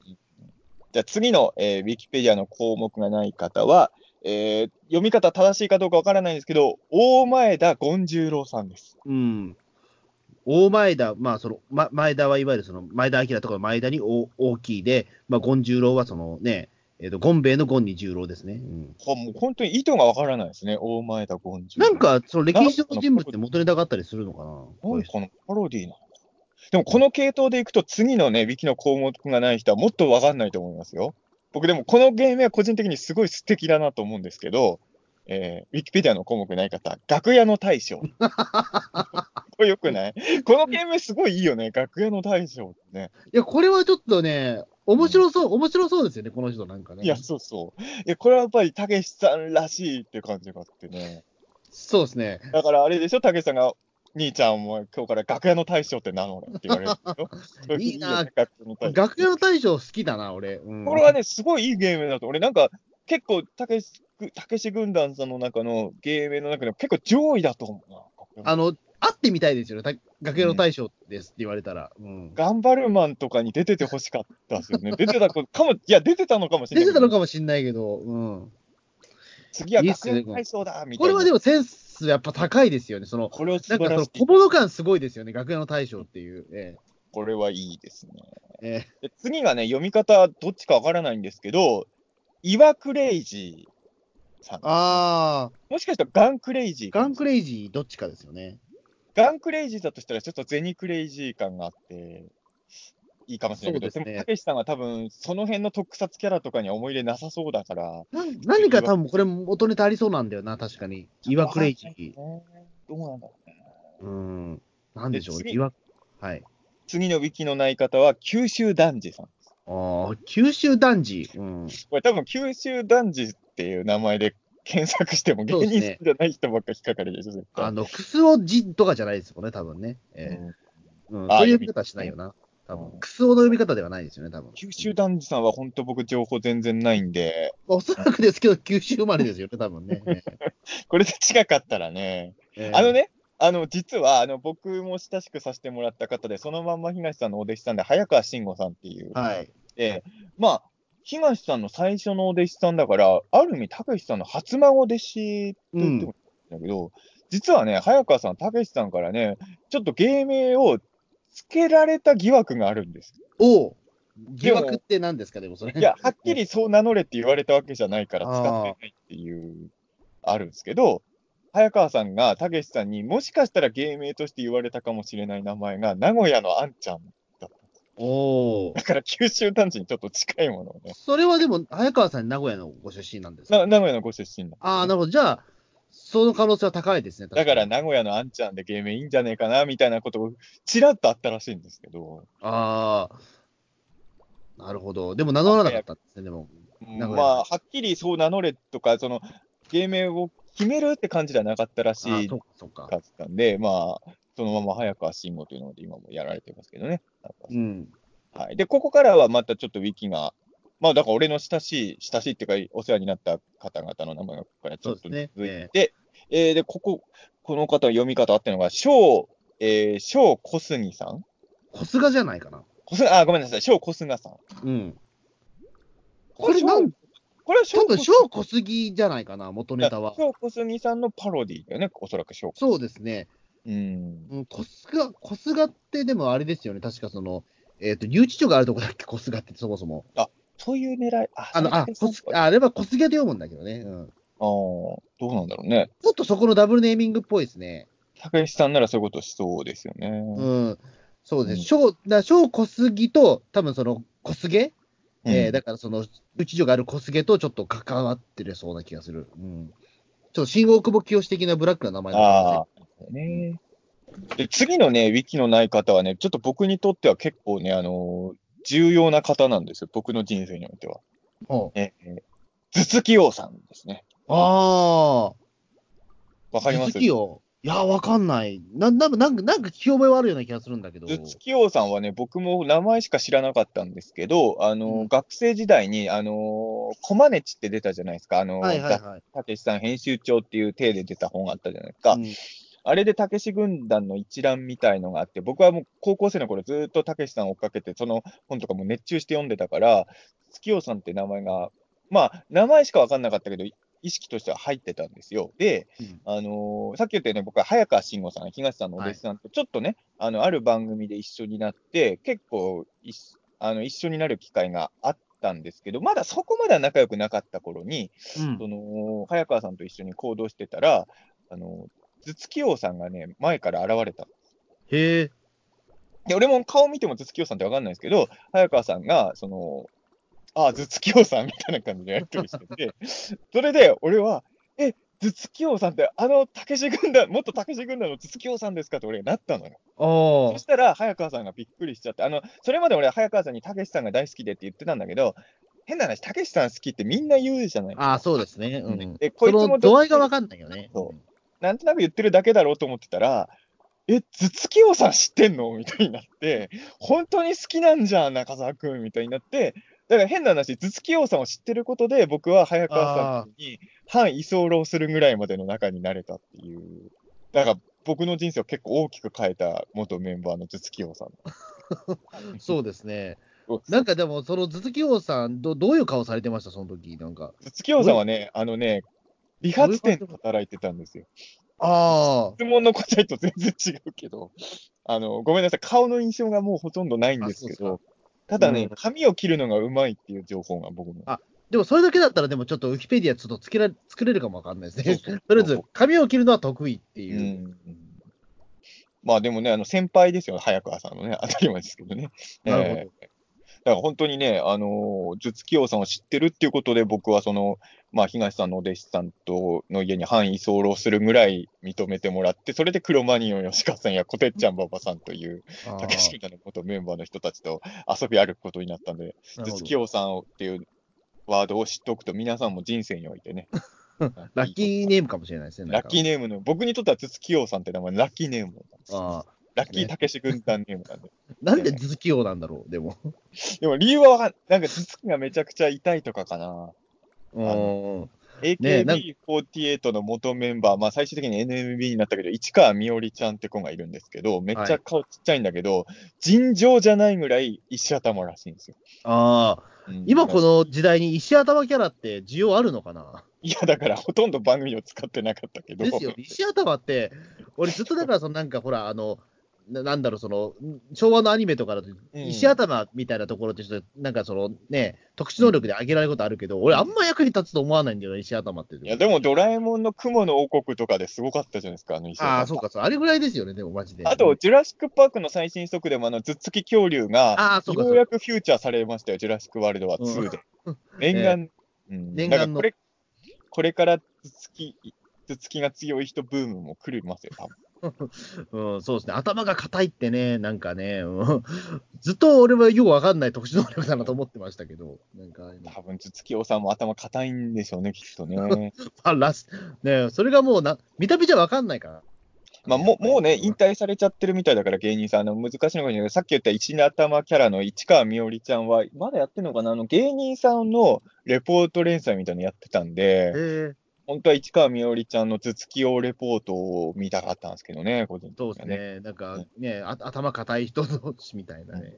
[SPEAKER 2] じゃあ次の、えーウィキペディアの項目がない方は、えー読み方正しいかどうかわからないんですけど、大前田権十郎さんです。
[SPEAKER 3] うん。大前田、まあ、その、ま、前田はいわゆるその、前田明とかの前田に大大きいで、まあ、権十郎はそのね、えっ、と、権兵衛の権に十郎ですね。うん。
[SPEAKER 2] ほもう本当に意図がわからないですね、大前田権十郎。
[SPEAKER 3] なん、か、その歴史上の人物って元ネタがあったりするのかなこう
[SPEAKER 2] ないん
[SPEAKER 3] う
[SPEAKER 2] か
[SPEAKER 3] 人
[SPEAKER 2] このパロディーなのかでもこの系統でいくと、次のね、ウィキの項目がない人はもっとわかんないと思いますよ。僕でもこの芸名は個人的にすごい素敵だなと思うんですけど、えー、ウィキペディアの項目ない方、楽屋の大 将。これよくないこの芸名すごいいいよね、楽屋の大将ってね。
[SPEAKER 3] いや、これはちょっとね、面白そう、面白そうですよね、この人なんかね。
[SPEAKER 2] いや、そうそう。いや、これはやっぱりたけしさんらしいって感じがあってね。
[SPEAKER 3] そうですね。
[SPEAKER 2] だからあれでしょ、たけしさんが、兄ちゃんお前今日から楽屋の大将って名乗れって言われるでし ょ
[SPEAKER 3] いいな
[SPEAKER 2] よね楽屋の大将
[SPEAKER 3] 楽屋の大将好きだな、俺。うん
[SPEAKER 2] これはね、すごいいいゲームだと、俺なんか、結構たけし、たけし軍団さんの中のゲームの中でも結構上位だと思うな。
[SPEAKER 3] あの、会ってみたいですよね、た楽屋の大将ですって言われたら。うん
[SPEAKER 2] 頑張るマンとかに出ててほしかったです よね。出てたこかも、いや、出てたのかもしれな
[SPEAKER 3] 出
[SPEAKER 2] い。
[SPEAKER 3] てたのかもしんないけど、うん、
[SPEAKER 2] 次はい
[SPEAKER 3] いっ
[SPEAKER 2] 学
[SPEAKER 3] すね
[SPEAKER 2] 園体操だ、みた
[SPEAKER 3] こ
[SPEAKER 2] いな。
[SPEAKER 3] れはでもセンスやっぱ高いですよね、その、
[SPEAKER 2] これは素
[SPEAKER 3] なん
[SPEAKER 2] 晴
[SPEAKER 3] かそ
[SPEAKER 2] ら
[SPEAKER 3] の
[SPEAKER 2] しい
[SPEAKER 3] 小。物感すごいですよね、楽屋の大将っていう。え
[SPEAKER 2] これはいいですね。
[SPEAKER 3] ええ
[SPEAKER 2] で次がね、読み方どっちかわからないんですけど、イワクレイジーさん。
[SPEAKER 3] えあー、
[SPEAKER 2] もしかしたらガンクレイジーか
[SPEAKER 3] ガ
[SPEAKER 2] も
[SPEAKER 3] ン
[SPEAKER 2] し
[SPEAKER 3] クレイジーどっちかですよね。
[SPEAKER 2] れないガンクレイジーだとしたら、ちょっとゼニクレイジー感があって、いいかもしれないけど、
[SPEAKER 3] そうですね
[SPEAKER 2] も、たけしさんは多分、その辺の特撮キャラとかには思い入れなさそうだから、
[SPEAKER 3] な何か多分これ元ネタありそうなんだよな、確かに。イワクレイジー。
[SPEAKER 2] どうなんだろうね。
[SPEAKER 3] うん。なんでしょう
[SPEAKER 2] で
[SPEAKER 3] ね。
[SPEAKER 2] 次
[SPEAKER 3] いわはい。
[SPEAKER 2] 次のウィキのない方は、九州男児さん。
[SPEAKER 3] ああ、九州男児。うん。
[SPEAKER 2] これ多分、九州男児っていう名前で検索しても、芸
[SPEAKER 3] そうです
[SPEAKER 2] 人
[SPEAKER 3] ね
[SPEAKER 2] さんじゃない人ばっか引っかかるでしょ、絶対。
[SPEAKER 3] あの、クスオジとかじゃないですもんね、多分ね。
[SPEAKER 2] う
[SPEAKER 3] え
[SPEAKER 2] ん
[SPEAKER 3] えうん、
[SPEAKER 2] あー
[SPEAKER 3] そういう呼び方はしないよな。多
[SPEAKER 2] うん
[SPEAKER 3] 分クスオの呼び方ではないですよね、多分
[SPEAKER 2] 九州男児さんは本当僕情報全然ないんで、
[SPEAKER 3] おそらくですけど、九州生まれですよね、多分 ね。え
[SPEAKER 2] これで違かったらね、
[SPEAKER 3] え
[SPEAKER 2] あの、ね、あの、実は、あの、僕も親しくさせてもらった方で、そのまんま東さんのお弟子さんで、早川慎吾さんっていう、
[SPEAKER 3] はい。
[SPEAKER 2] で、まあ、東さんの最初のお弟子さんだから、ある意味、たけしさんの初孫弟子って言ってもいいんだけど、実はね、早川さん、たけしさんからね、ちょっと芸名をつけられた疑惑があるんです。
[SPEAKER 3] おう疑惑って何ですか、でもそれ。
[SPEAKER 2] いや、はっきりそう名乗れって言われたわけじゃないから、使ってないっていう、あるんですけど、早川さんがたけしさんにもしかしたら芸名として言われたかもしれない名前が、名古屋のあんちゃんだった。
[SPEAKER 3] おお。
[SPEAKER 2] だから九州男児にちょっと近いものをね。
[SPEAKER 3] それはでも、早川さん、名古屋のご出身なんですか
[SPEAKER 2] な名古屋のご出身なんで
[SPEAKER 3] ああ、なるほど。じゃあ、その可能性は高いですね。
[SPEAKER 2] だ
[SPEAKER 3] 確
[SPEAKER 2] か
[SPEAKER 3] に
[SPEAKER 2] ら名古屋のあんちゃんで芸名いいんじゃねえかなみたいなことをちらっとあったらしいんですけど、
[SPEAKER 3] ああ、なるほど。でも名乗らなかったんですね、でも。
[SPEAKER 2] ま
[SPEAKER 3] 名古屋
[SPEAKER 2] あ、はっきりそう名乗れとか、その芸名を決めるって感じではなかったらし
[SPEAKER 3] ああ、
[SPEAKER 2] い
[SPEAKER 3] そうか、そうか
[SPEAKER 2] か。ったんで、まあ、そのまま早川慎吾というので今もやられてますけどね。
[SPEAKER 3] うん。
[SPEAKER 2] はい、で、ここからはまたちょっとウィキが、まあ、だから俺の親しい、親しいっていうか、お世話になった方々の名前がここからちょっと
[SPEAKER 3] そうですね
[SPEAKER 2] 続いて、えーで、ここ、この方読み方あってるのが、小、えー、小小杉さん
[SPEAKER 3] 小菅じゃないかな。
[SPEAKER 2] 小菅あ、ごめんなさい、小小菅さん。
[SPEAKER 3] うん。これ、
[SPEAKER 2] 小
[SPEAKER 3] なん、
[SPEAKER 2] これは小小
[SPEAKER 3] 多分、小小杉じゃないかな、元ネタは。
[SPEAKER 2] 小小杉さんのパロディだよね、おそらく小。
[SPEAKER 3] そうですね。
[SPEAKER 2] うん。
[SPEAKER 3] うん、小菅、小菅ってでもあれですよね。確かその、えっ、と、留置所があるとこだっけ、小菅ってそもそも。
[SPEAKER 2] そういう狙い、あ
[SPEAKER 3] あの、あ、
[SPEAKER 2] そういう
[SPEAKER 3] 小菅、ああれは小菅で読むんだけどね。うん。
[SPEAKER 2] あーどうなんだろうね。
[SPEAKER 3] ちょっとそこのダブルネーミングっぽいですね。
[SPEAKER 2] たけしさんならそういうことしそうですよね。
[SPEAKER 3] うん。そうで
[SPEAKER 2] うん
[SPEAKER 3] す。小、だ小小杉と、多分その、小菅えーだ
[SPEAKER 2] だ
[SPEAKER 3] からその、うち所がある小菅とちょっと関わってるそうな気がする。うん。ちょっと新大久保清的なブラックな名前
[SPEAKER 2] あ
[SPEAKER 3] だ
[SPEAKER 2] あ、ね。で、次のね、ウィキのない方はね、ちょっと僕にとっては結構ね、あのー重要な方なんですよ。僕の人生においては。
[SPEAKER 3] あ
[SPEAKER 2] えー、頭突き王さんですね。
[SPEAKER 3] あ
[SPEAKER 2] わ
[SPEAKER 3] ー。
[SPEAKER 2] かります
[SPEAKER 3] 頭突きよ。いや、わかんない。な、なんか、なんか、なんか聞き覚えはあるような気がするんだけど。
[SPEAKER 2] 頭突き王さんはね、僕も名前しか知らなかったんですけど、あのー
[SPEAKER 3] うん
[SPEAKER 2] 学生時代に、あのーコマネチって出たじゃないですか。あのー
[SPEAKER 3] はいはいはい。
[SPEAKER 2] たけしさん編集長っていう体で出た本があったじゃないですか。
[SPEAKER 3] うん
[SPEAKER 2] あれでたけし軍団の一覧みたいのがあって、僕はもう高校生の頃ずーっとたけしさんを追っかけて、その本とかも熱中して読んでたから、月夜さんって名前が、まあ、名前しか分かんなかったけど、い意識としては入ってたんですよ。で、
[SPEAKER 3] うん
[SPEAKER 2] あのーさっき言ったように僕は早川慎吾さん、東さんのお弟子さんとちょっとね、あの、ある番組で一緒になって、結構いしあの一緒になる機会があったんですけど、まだそこまでは仲良くなかった頃に、
[SPEAKER 3] うん
[SPEAKER 2] その早川さんと一緒に行動してたら、あの頭突き王さんがね、前から現れた。
[SPEAKER 3] へえ。
[SPEAKER 2] で、俺も顔見ても頭突き王さんって分かんないんですけど、早川さんが、その、あ、頭突き王さんみたいな感じでやりとりして て、それで俺は、え、頭突き王さんって、あの、たけし軍団、元たけし軍団の頭突き王さんですかって俺がなったのよ。
[SPEAKER 3] あ
[SPEAKER 2] そしたら、早川さんがびっくりしちゃって、あの、それまで俺は早川さんにたけしさんが大好きでって言ってたんだけど、変な話、たけしさん好きってみんな言うじゃない。
[SPEAKER 3] あ。ああ、そうですね。うん。
[SPEAKER 2] で、こ
[SPEAKER 3] そ
[SPEAKER 2] いつも
[SPEAKER 3] の度合いがわかんないよね。
[SPEAKER 2] そなんとなく言ってるだけだろうと思ってたら、え、頭突き王さん知ってんの みたいになって、本当に好きなんじゃん、中澤くんみたいになって、だから変な話、頭突き王さんを知ってることで、僕は早川さんに反居候するぐらいまでの中になれたっていう。だから僕の人生を結構大きく変えた元メンバーの頭突き王さん。
[SPEAKER 3] うんそうですね
[SPEAKER 2] そう。
[SPEAKER 3] なんかでも、その頭突き王さんど、どういう顔されてました、その時なんか。
[SPEAKER 2] 頭突き王さんはね、あのね、理髪店で働いてたんですよ。
[SPEAKER 3] あ
[SPEAKER 2] 質問の答えと全然違うけど、あの、ごめんなさい、顔の印象がもうほとんどないんですけ
[SPEAKER 3] あそう
[SPEAKER 2] ど、ただね、
[SPEAKER 3] うん
[SPEAKER 2] 髪を切るのがうまいっていう情報が僕の。
[SPEAKER 3] あでもそれだけだったら、でもちょっとウィキペディアちょっとつけら作れるかもわかんないですね。
[SPEAKER 2] そうそう
[SPEAKER 3] とりあえず、髪を切るのは得意って
[SPEAKER 2] う
[SPEAKER 3] いう。
[SPEAKER 2] ん。まあでもね、あの、先輩ですよ、早川さんのね、当 たり前ですけどね。
[SPEAKER 3] なるほど
[SPEAKER 2] ええだから本当にね、あのー、頭突き王さんを知ってるっていうことで、僕はその、まあ、東さんのお弟子さんとの家に範囲候するぐらい認めてもらって、それで黒マニオン吉川さんやこてっちゃん馬場さんという、
[SPEAKER 3] あー
[SPEAKER 2] たけしみたいな元メンバーの人たちと遊び歩くことになったんで、
[SPEAKER 3] な
[SPEAKER 2] 頭
[SPEAKER 3] るほ
[SPEAKER 2] 突
[SPEAKER 3] ど。
[SPEAKER 2] き王さんをっていうワードを知っておくと、皆さんも人生においてね
[SPEAKER 3] ラッキーネームかもしれないですね。
[SPEAKER 2] ラッキー
[SPEAKER 3] ネ
[SPEAKER 2] ネームの、僕にとっては頭突き王さんって名前、ラッキーネームなんですよ。
[SPEAKER 3] あ
[SPEAKER 2] ラッキーたけし軍団ネームなんで。
[SPEAKER 3] ーなんで頭突き王なんだろう、でも。
[SPEAKER 2] でも理由はわかんなんか頭突きがめちゃくちゃ痛いとかかな。
[SPEAKER 3] うん。えなん
[SPEAKER 2] AKB48 の元メンバー、まあ最終的に NMB になったけど、市川みおりちゃんって子がいるんですけど、めっちゃ顔ちっちゃいんだけど、尋常じゃないぐらい石頭らしいんですよ。
[SPEAKER 3] ああ、
[SPEAKER 2] うん
[SPEAKER 3] 今この時代に石頭キャラって需要あるのかない
[SPEAKER 2] や、だからほとんど番組を使ってなかったけど。
[SPEAKER 3] ですよ、石頭って、俺ずっとだから、そのなんかほら、あの、ななんだろう、その、昭和のアニメとかだと、
[SPEAKER 2] うん
[SPEAKER 3] 石頭みたいなところってちょっと、なんかそのね、特殊能力で上げられることあるけど、俺あんま役に立つと思わないんだよね、石頭って。
[SPEAKER 2] いや、でもドラえもんの雲の王国とかですごかったじゃないですか、あの石頭
[SPEAKER 3] ああ、そうか、そう、あれぐらいですよね、でもマジで。
[SPEAKER 2] あと、、ジュラシック・パークの最新作でも、あの、頭突き恐竜が、
[SPEAKER 3] ああ、そうか、
[SPEAKER 2] よ
[SPEAKER 3] そううか
[SPEAKER 2] やくフューチャーされましたよ、ジュラシック・ワールドは2で。 念願、うん
[SPEAKER 3] 念
[SPEAKER 2] だか
[SPEAKER 3] 願
[SPEAKER 2] ら
[SPEAKER 3] の
[SPEAKER 2] これ、これから頭突き、頭突きが強い人ブームも来るますよ、多分。
[SPEAKER 3] うん、そうですね、頭が硬いってね、なんかね、うんずっと俺はよくわかんない特殊能力だなと思ってましたけど、なんかああいうの、
[SPEAKER 2] 多分、頭突き王さんも頭硬いんでしょうね、きっと ね。
[SPEAKER 3] あラスね、それがもうな、見た目じゃわかんないから。
[SPEAKER 2] まあ、もうもうね、
[SPEAKER 3] うん
[SPEAKER 2] 引退されちゃってるみたいだから、芸人さん、あの難しいのかもしれないけど、さっき言った一の頭キャラの市川みおりちゃんは、まだやってるのかな、あの芸人さんのレポート連載みたいなのやってたん
[SPEAKER 3] へ
[SPEAKER 2] で、
[SPEAKER 3] え
[SPEAKER 2] 本当は市川みおりちゃんの頭突き王レポートを見たかったんですけどね、個人的に
[SPEAKER 3] そう
[SPEAKER 2] は
[SPEAKER 3] です。ね、なんかね、あ頭硬い人同士みたいなね。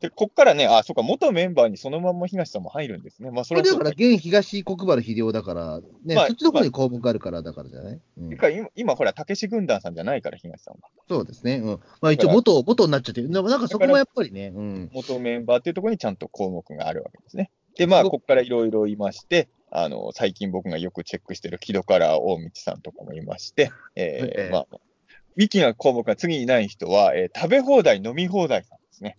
[SPEAKER 2] で、こっからね、あ、そうか、元メンバーにそのまんま東さんも入るんですね。まあ、そ
[SPEAKER 3] こ
[SPEAKER 2] れ
[SPEAKER 3] れ
[SPEAKER 2] はそ
[SPEAKER 3] だ
[SPEAKER 2] う
[SPEAKER 3] から、
[SPEAKER 2] だ
[SPEAKER 3] 現東国原秀夫だから、ね、
[SPEAKER 2] まあ
[SPEAKER 3] そっちの方に項目があるからだからじゃない、うん
[SPEAKER 2] てか今、今ほら、たけし軍団さんじゃないから、東さんは。
[SPEAKER 3] そうですね。うん。まあ一応元、元になっちゃってる。でもなんかそこもやっぱりね、うん。
[SPEAKER 2] 元メンバーっていうところにちゃんと項目があるわけですね。で、ますあ、
[SPEAKER 3] ごく
[SPEAKER 2] ここからいろいろいまして、あの、最近僕がよくチェックしてる木戸から大道さんとかもいまして、
[SPEAKER 3] え
[SPEAKER 2] え
[SPEAKER 3] え
[SPEAKER 2] ー、まあ、ウィキな項目が次にない人は、えー食べ放題、飲み放題さんですね。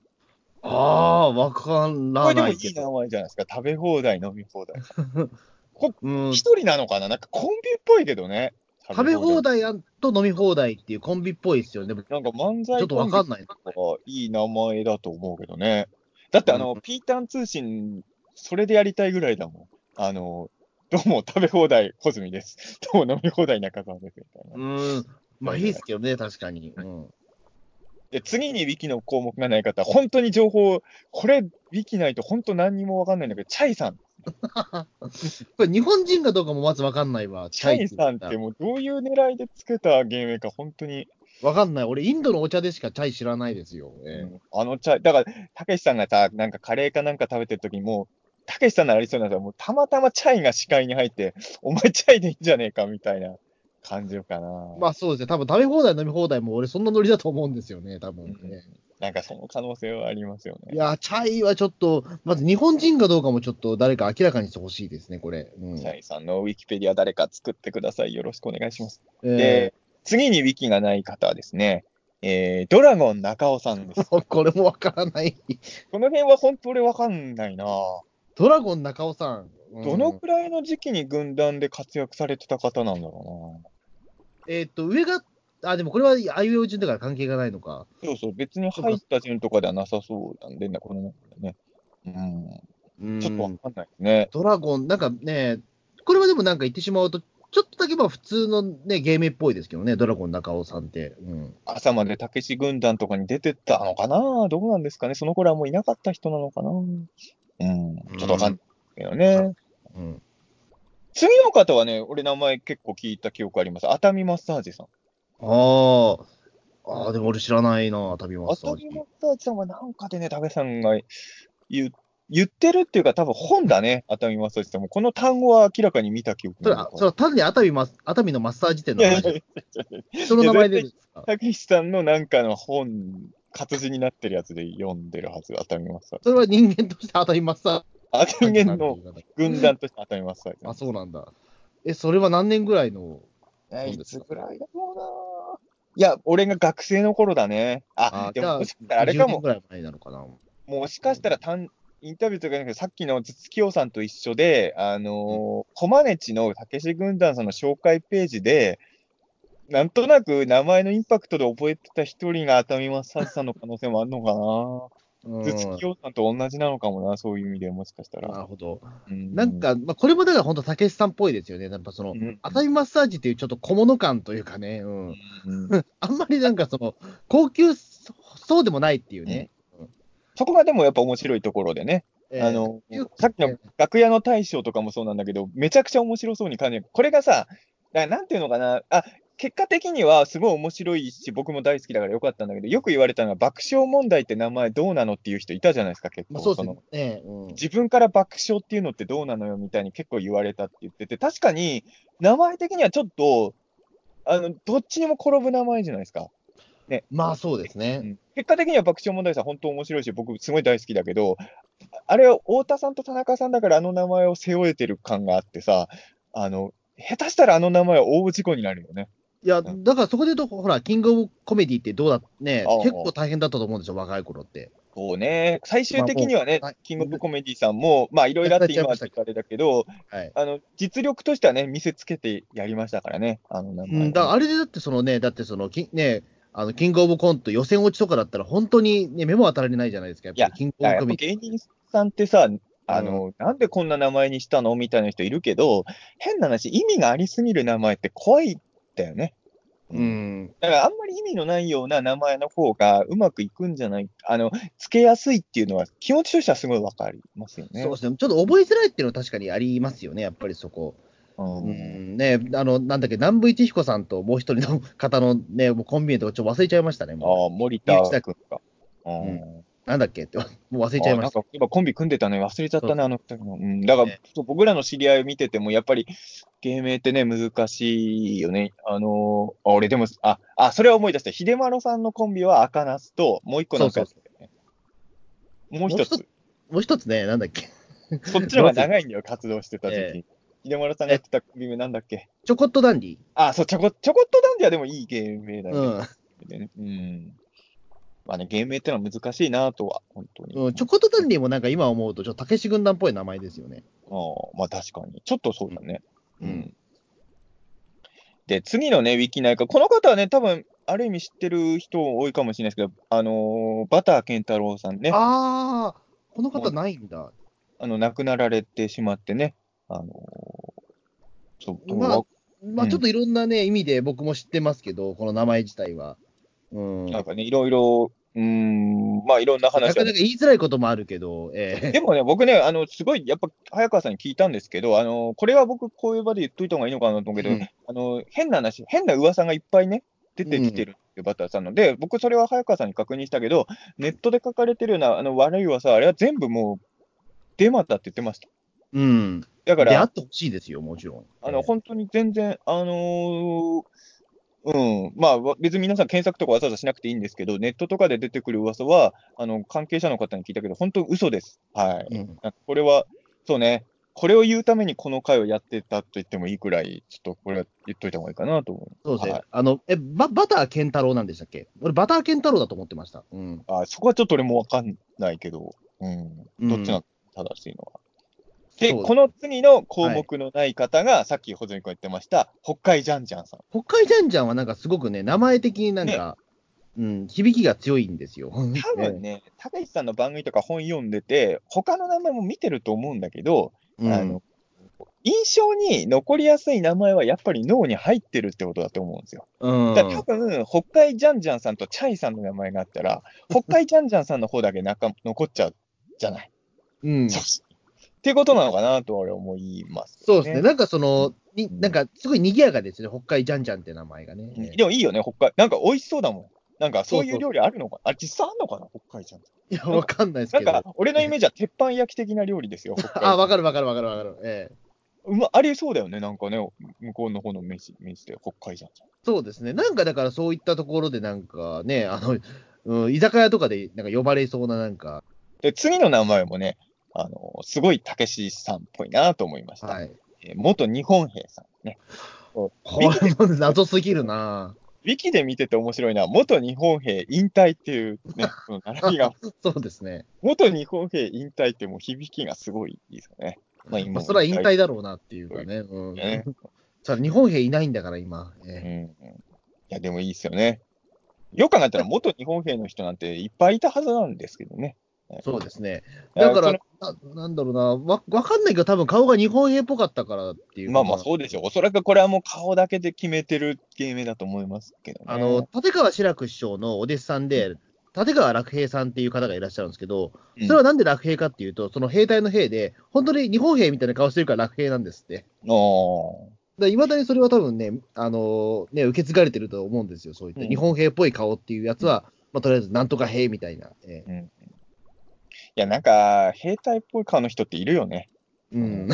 [SPEAKER 3] ああ、わから
[SPEAKER 2] これでも
[SPEAKER 3] ないいけ
[SPEAKER 2] い
[SPEAKER 3] ど。
[SPEAKER 2] 名前じゃないですか。食べ放題、飲み放題さん。
[SPEAKER 3] うん
[SPEAKER 2] 一、人なのかななんかコンビっぽいけどね。
[SPEAKER 3] 食べ放。題と飲み放題っていうコンビっぽいですよね。でもち
[SPEAKER 2] なんか漫才
[SPEAKER 3] ょっとわかんない。
[SPEAKER 2] あいい名前だと思うけどね。だってあの、
[SPEAKER 3] うん
[SPEAKER 2] ピーターン通信、それでやりたいぐらいだもん。あの、どうも食べ放題、コズミです。 どうも飲み放題、中澤です。みたいな。
[SPEAKER 3] うん。まあいいですけどね、確かに。うん。
[SPEAKER 2] で、次にウィキの項目がない方、本当に情報、これ、ウィキないと本当何にもわかんないんだけど、チャイさん。
[SPEAKER 3] これ日本人かどうかもまずわかんないわ。
[SPEAKER 2] チャイさんっ
[SPEAKER 3] チャイ
[SPEAKER 2] てもうどういう狙いでつけた芸名か、本当に。
[SPEAKER 3] わかんない。俺、インドのお茶でしかチャイ知らないですよ。ええ
[SPEAKER 2] あのチャイ、だから、たけしさんがさ、なんかカレーかなんか食べてる時にもう、たけしさんならありそうなんだけどもうたまたまチャイが視界に入って、お前チャイでいいんじゃねえかみたいな感じかな。
[SPEAKER 3] まあそうですね。多分食べ放題、飲み放題も俺、そんなノリだと思うんですよね、多分ね。
[SPEAKER 2] なんかその可能性はありますよ
[SPEAKER 3] い
[SPEAKER 2] ね。
[SPEAKER 3] やー、チャイはちょっと、まず日本人かどうかもちょっと誰か明らかにしてほしいですね、これ。うん、
[SPEAKER 2] チャイさんのウィキペディア誰か作ってください。よろしくお願いします。
[SPEAKER 3] え
[SPEAKER 2] で、次にウィキがない方はですね、えー、ドラ ゴン中尾さんです。
[SPEAKER 3] ーこれもわからない。
[SPEAKER 2] この辺は本当俺わかんないな
[SPEAKER 4] ドラゴン中尾さん。うん
[SPEAKER 2] どのくらいの時期に軍団で活躍されてた方なんだろ
[SPEAKER 3] えーっと、上が、あ、でもこれはあいうえお順だから関係がないのか。
[SPEAKER 2] うな。そうそう、別に入った順とかではなさそうなんでね、この中でね。う、
[SPEAKER 3] うんん
[SPEAKER 2] ちょっとわかんないですね。
[SPEAKER 3] ドラゴン、なんかね、これはでもなんか言ってしまうと、ちょっとだけまあ普通のね、ゲームっぽいですけどね、ドラゴン中尾さんって。うん。
[SPEAKER 2] 朝までたけし軍団とかに出てたのかなどうなんですかねその頃はもういなかった人なのかなうん、ちょっとわかんないけどね。
[SPEAKER 3] うん。
[SPEAKER 2] 次の方はね、俺名前結構聞いた記憶あります。熱海マッサージさん。
[SPEAKER 3] ああ。ああ、でも俺知らないな、旅マッ
[SPEAKER 2] 熱
[SPEAKER 3] サージ
[SPEAKER 2] 海。マッサージさんはなんかでね、武さんが言う言ってるっていうか、多分本だね、熱海マッサージさんも。この単語は明らかに見た記憶
[SPEAKER 3] それ
[SPEAKER 2] が
[SPEAKER 3] は
[SPEAKER 2] あ、る
[SPEAKER 3] それは単に熱海マス熱海のマッサージ店の
[SPEAKER 2] いやい
[SPEAKER 3] 話。 その名前でですか
[SPEAKER 2] たけしさんのなんかの本、活字になってるやつで読んでるはず、熱海マッサージ。
[SPEAKER 3] それは人間として熱海マッサ
[SPEAKER 2] あ、
[SPEAKER 3] ー
[SPEAKER 2] 人
[SPEAKER 3] ジ
[SPEAKER 2] 間の軍団として熱海マッサージさん
[SPEAKER 3] あ、。そうなんだ。え、それは何年ぐらいの
[SPEAKER 2] え、
[SPEAKER 3] そう
[SPEAKER 2] い
[SPEAKER 3] です
[SPEAKER 2] つ
[SPEAKER 3] か
[SPEAKER 2] ぐらいだろうな。いや、俺が学生の頃だね。あ、で
[SPEAKER 3] じゃ
[SPEAKER 2] も、もしかしたらあれか
[SPEAKER 3] 10年
[SPEAKER 2] も
[SPEAKER 3] ぐ。らい前なのかな。
[SPEAKER 2] もしかしたら単、インタビューとかじゃなくて、さっきの筒木さんと一緒で、あのー、駒根地のたけし軍団さんの紹介ページで、なんとなく名前のインパクトで覚えてた一人が熱海マッサージさんの可能性もあるの
[SPEAKER 3] う
[SPEAKER 2] か
[SPEAKER 3] ん
[SPEAKER 2] な。筒木さんと同じなのかもな、そういう意味でもしかした
[SPEAKER 3] な
[SPEAKER 2] ら。
[SPEAKER 3] るほど。
[SPEAKER 2] う
[SPEAKER 3] なん、か、まあ、これもだから本当、たけしさんっぽいですよね。やっぱその、
[SPEAKER 2] うん
[SPEAKER 3] 熱海マッサージっていうちょっと小物感というかね、うん、
[SPEAKER 2] うん
[SPEAKER 3] あんまりなんかその、高級そそうでもないっていうね。
[SPEAKER 2] そこがでもやっぱ面白いところでね。
[SPEAKER 3] えー
[SPEAKER 2] あの
[SPEAKER 3] いう、
[SPEAKER 2] さっき
[SPEAKER 3] え
[SPEAKER 2] の楽屋の大将とかもそうなんだけど、めちゃくちゃ面白そうに感じる。これがさ、ななんていうのかな、あ、結果的にはすごい面白いし、僕も大好きだからよかったんだけど、よく言われたのは爆笑問題って名前どうなのっていう人いたじゃないですか、結構。
[SPEAKER 3] まあ、そうです
[SPEAKER 2] の
[SPEAKER 3] ね。ええうん
[SPEAKER 2] 自分から爆笑っていうのってどうなのよみたいに結構言われたって言ってて、確かに名前的にはちょっと、あの、どっちにも転ぶ名前じゃないですか。
[SPEAKER 3] まあそうですね。
[SPEAKER 2] 結果的には爆笑問題さん、本当面白いし、僕、すごい大好きだけど、あれは太田さんと田中さんだから、あの名前を背負えてる感があってさ、あの下手したらあの名前は大事故になるよね。
[SPEAKER 3] いや、
[SPEAKER 2] うん
[SPEAKER 3] だからそこで言うと、ほら、キングオブコメディってどうだね
[SPEAKER 2] ああ、
[SPEAKER 3] 結構大変だったと思うんですよ、若い頃って。
[SPEAKER 2] そうね、最終的にはね、
[SPEAKER 3] まあもうはい
[SPEAKER 2] キングオブコメディさんも、まあいろいろあって今はちょっとあれだけど、
[SPEAKER 3] はい。
[SPEAKER 2] あの実力としてはね、見せつけてやりましたからね、あの名
[SPEAKER 3] う
[SPEAKER 2] 前は。
[SPEAKER 3] ん、だからあれでだって、そのね、だってその、きね、あのキングオブコント予選落ちとかだったら、本当に、ね、目も当たられないじゃないですか、やっぱ
[SPEAKER 2] いや
[SPEAKER 3] りキング
[SPEAKER 2] だ
[SPEAKER 3] オ
[SPEAKER 2] から
[SPEAKER 3] ブ
[SPEAKER 2] やっ
[SPEAKER 3] コメ
[SPEAKER 2] ぱ
[SPEAKER 3] ディ。
[SPEAKER 2] 芸人さんってさ、あの、なんでこんな名前にしたのみたいな人いるけど、変な話、意味がありすぎる名前って怖いんだよね。
[SPEAKER 3] うん、
[SPEAKER 2] だからあんまり意味のないような名前の方がうまくいくんじゃないあの、つけやすいっていうのは気持ちとしてはすごいわかりますよね。
[SPEAKER 3] そうですね、ちょっと覚えづらいっていうのは確かにありますよね、やっぱりそこ。
[SPEAKER 2] うん
[SPEAKER 3] うん、ね、あの、なんだっけ、南部一彦さんともう一人の方のね、もうコンビニとかちょっと忘れちゃいましたね、も
[SPEAKER 2] ああ、森田君か。
[SPEAKER 3] ん
[SPEAKER 2] うん
[SPEAKER 3] う。なんだっけって、もう忘れちゃい
[SPEAKER 2] あ
[SPEAKER 3] ま
[SPEAKER 2] なん
[SPEAKER 3] した。
[SPEAKER 2] か今コンビ組んでたのに忘れちゃった
[SPEAKER 3] そう
[SPEAKER 2] ね、あの時の。うん、だから、
[SPEAKER 3] ね
[SPEAKER 2] そう僕らの知り合いを見てても、やっぱり芸名ってね、難しいよね。あのーあ俺でも、あ、あ、それは思い出した。秀丸さんのコンビは赤ナスと、もう一個なんかやってたよね、もう一
[SPEAKER 3] もう
[SPEAKER 2] つ。
[SPEAKER 3] もう一つね、なんだっけ、
[SPEAKER 2] そっちの方が長いんだよ、 活動してた時
[SPEAKER 3] え
[SPEAKER 2] 期。秀丸さんがやってたコンビ名なんだっけ
[SPEAKER 3] ちょこっとダンディ。
[SPEAKER 2] あ、そう、ちょこ、ちょこっとダンディはでもいい芸名だ
[SPEAKER 3] う
[SPEAKER 2] よ
[SPEAKER 3] ん。
[SPEAKER 2] ね。うん。まあね、芸名ってのは難しいなとは、本当に。
[SPEAKER 3] うん、チョコトダンディもなんか今思うと、ちょっとたけし軍団っぽい名前ですよね。
[SPEAKER 2] ああ、まあ確かに。ちょっとそうだね。
[SPEAKER 3] うん
[SPEAKER 2] うん。で、次のね、ウィキナイカ。この方はね、多分、ある意味知ってる人多いかもしれないですけど、あのーバター健太郎さんね、あ
[SPEAKER 3] ああ、この方ないんだ。
[SPEAKER 2] の、亡くなられてしまってね、あのーそう、どう
[SPEAKER 3] まあ
[SPEAKER 2] わ、
[SPEAKER 3] ま
[SPEAKER 2] う
[SPEAKER 3] あ
[SPEAKER 2] ん
[SPEAKER 3] ちょっといろんなね、意味で僕も知ってますけど、この名前自体は。うん。
[SPEAKER 2] なん
[SPEAKER 3] なか
[SPEAKER 2] かね、いろいろ、うーん、まあいろんな
[SPEAKER 3] な
[SPEAKER 2] 話
[SPEAKER 3] か
[SPEAKER 2] は
[SPEAKER 3] 言いづらいこともあるけど、え
[SPEAKER 2] でもね、僕ね、あの、すごい、やっぱ、早川さんに聞いたんですけど、あの、これは僕、こういう場で言っといた方がいいのかなと思う
[SPEAKER 3] え
[SPEAKER 2] けど、あの、変な話、変な噂がいっぱいね、出てきてるっていうバターさんので、僕、それは早川さんに確認したけど、ネットで書かれてるような、あの、悪い噂、あれは全部もう、デマだって言ってました。
[SPEAKER 3] うん。
[SPEAKER 2] だか
[SPEAKER 3] であ
[SPEAKER 2] ら
[SPEAKER 3] っ、てほしいですよ、もちろん。
[SPEAKER 2] あの、本当に全然、あのーうん、まあ、わ別に皆さん検索とかわざわざしなくていいんですけど、ネットとかで出てくる噂は、あの、関係者の方に聞いたけど、本当嘘です。はい。
[SPEAKER 3] うん
[SPEAKER 2] なんかこれは、そうね、これを言うためにこの回をやってたと言ってもいいくらい、ちょっとこれは言っといた方がいいかなと思う。
[SPEAKER 3] そうですね。
[SPEAKER 2] はい
[SPEAKER 3] あの、え、ババター健太郎なんでしたっけ俺、バター健太郎だと思ってました。うん。
[SPEAKER 2] あそこはちょっと俺もわかんないけど、うん、どっちが正しいのは。で、
[SPEAKER 3] そう
[SPEAKER 2] この次の項目のない方が、さっき保存君言ってました、北海ジャンジャンさん。
[SPEAKER 3] 北海ジャンジャンはなんかすごくね、名前的になんか、うん、響きが強いんですよ。
[SPEAKER 2] 多分ね、高市さんの番組とか本読んでて、他の名前も見てると思うんだけど、
[SPEAKER 3] うん
[SPEAKER 2] あの印象に残りやすい名前はやっぱり脳に入ってるってことだと思うんですよ。
[SPEAKER 3] うん
[SPEAKER 2] だから多分、北海ジャンジャンさんとチャイさんの名前があったら、 北海ジャンジャンさんの方だけなか残っちゃうじゃない。
[SPEAKER 3] うん
[SPEAKER 2] そうっていうことなのかなと俺思います、
[SPEAKER 3] そうですね。なんかその、になんかすごい賑やかですね、北海ジャンジャンって名前がね。
[SPEAKER 2] でもいいよね、北海。なんか美味しそうだもん。なんかそうい
[SPEAKER 3] そううそ
[SPEAKER 2] 料理あるのかなあ、実際あるのかな北海ジャンジ
[SPEAKER 3] いや、わかんないです
[SPEAKER 2] ャ
[SPEAKER 3] け
[SPEAKER 2] ン。
[SPEAKER 3] ど。
[SPEAKER 2] なんか俺のイメージは鉄板焼き的な料理 ですよ。北海
[SPEAKER 3] あ、わかるわかるわかるわかる。ええ
[SPEAKER 2] うまありそうだよね、なんかね、向こうの方の飯、飯で北海ジャンジャン。
[SPEAKER 3] そうですね。なんかだからそういったところでなんかね、あの、うん、居酒屋とかでなんか呼ばれそうななんか、
[SPEAKER 2] で、次の名前もね、あの、すごいたけしさんっぽいなと思いました。
[SPEAKER 3] はい。
[SPEAKER 2] えー元日本兵さんね。
[SPEAKER 3] これも謎すぎるな
[SPEAKER 2] ウィキで見てて面白いのは、元日本兵引退っていう ね、この並びが、
[SPEAKER 3] そうですね。
[SPEAKER 2] 元日本兵引退ってもう響きがすごいいいですよね。まあ
[SPEAKER 3] ま
[SPEAKER 2] 今
[SPEAKER 3] あ、
[SPEAKER 2] も
[SPEAKER 3] それは引退だろうなっていうかね。うん。
[SPEAKER 2] ね
[SPEAKER 3] それ日本兵いないんだから今。ええ
[SPEAKER 2] うんいや、でもいいですよね。よく考えたら、元日本兵の人なんていっぱいいたはずなんですけどね。
[SPEAKER 3] そうですね。だか
[SPEAKER 2] そ
[SPEAKER 3] ら
[SPEAKER 2] れ、
[SPEAKER 3] ななんだろうな、わわかんないけど、多分顔が日本兵っぽかったからっていう。
[SPEAKER 2] まあまあそうでしょう。おそらくこれはもう顔だけで決めてる芸名だと思いますけどね。
[SPEAKER 3] あの、立川志らく師匠のお弟子さんで、立川楽平さんっていう方がいらっしゃるんですけど、
[SPEAKER 2] うん、
[SPEAKER 3] それはなんで楽平かっていうと、その兵隊の兵で、本当に日本兵みたいな顔してるから楽平なんですって。
[SPEAKER 2] お
[SPEAKER 3] いまだにそれは多分ね、あのね、受け継がれてると思うんですよ、そういった。
[SPEAKER 2] うん
[SPEAKER 3] 日本兵っぽい顔っていうやつは、まあ、とりあえずなんとか兵みたいな。え
[SPEAKER 2] ー
[SPEAKER 3] え
[SPEAKER 2] うん。いや、なんか、兵隊っぽい顔の人っているよね。
[SPEAKER 3] うん。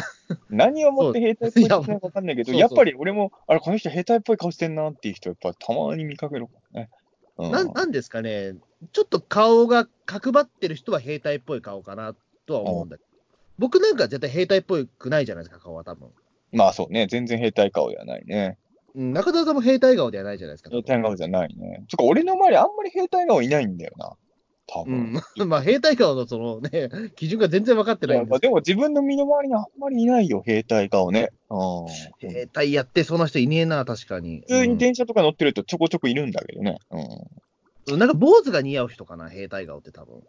[SPEAKER 2] 何をもって兵隊っぽい顔してるのか分かんないけど、
[SPEAKER 3] そう
[SPEAKER 2] やっぱり俺も、あれ、この人兵隊っぽい顔してんなっていう人、やっぱたまに見かけるからね。うん、
[SPEAKER 3] なんなんですかね、ちょっと顔が角張ってる人は兵隊っぽい顔かなとは思うんだけど、僕なんか絶対兵隊っぽくないじゃないですか、顔は多分。
[SPEAKER 2] まあそうね、全然兵隊顔じゃないね。
[SPEAKER 3] うん、中澤さんも兵隊顔ではないじゃないですか。
[SPEAKER 2] 兵隊顔じゃないね。つうか、俺の周りあんまり兵隊顔いないんだよな。多
[SPEAKER 3] う
[SPEAKER 2] 分。
[SPEAKER 3] ん、 まあ兵隊顔のそのね、基準が全然分かって
[SPEAKER 2] い
[SPEAKER 3] ない
[SPEAKER 2] や
[SPEAKER 3] んで
[SPEAKER 2] ますあ
[SPEAKER 3] け
[SPEAKER 2] でも自分の身の回りにあんまりいないよ、兵隊顔ね。うん
[SPEAKER 3] ど、兵隊やってそうな人いねえな、確かに。
[SPEAKER 2] 普通に電車とか乗ってるとちょこちょこいるんだけどね。うん。
[SPEAKER 3] うんなんか坊主が似合う人かな、兵隊顔って多分。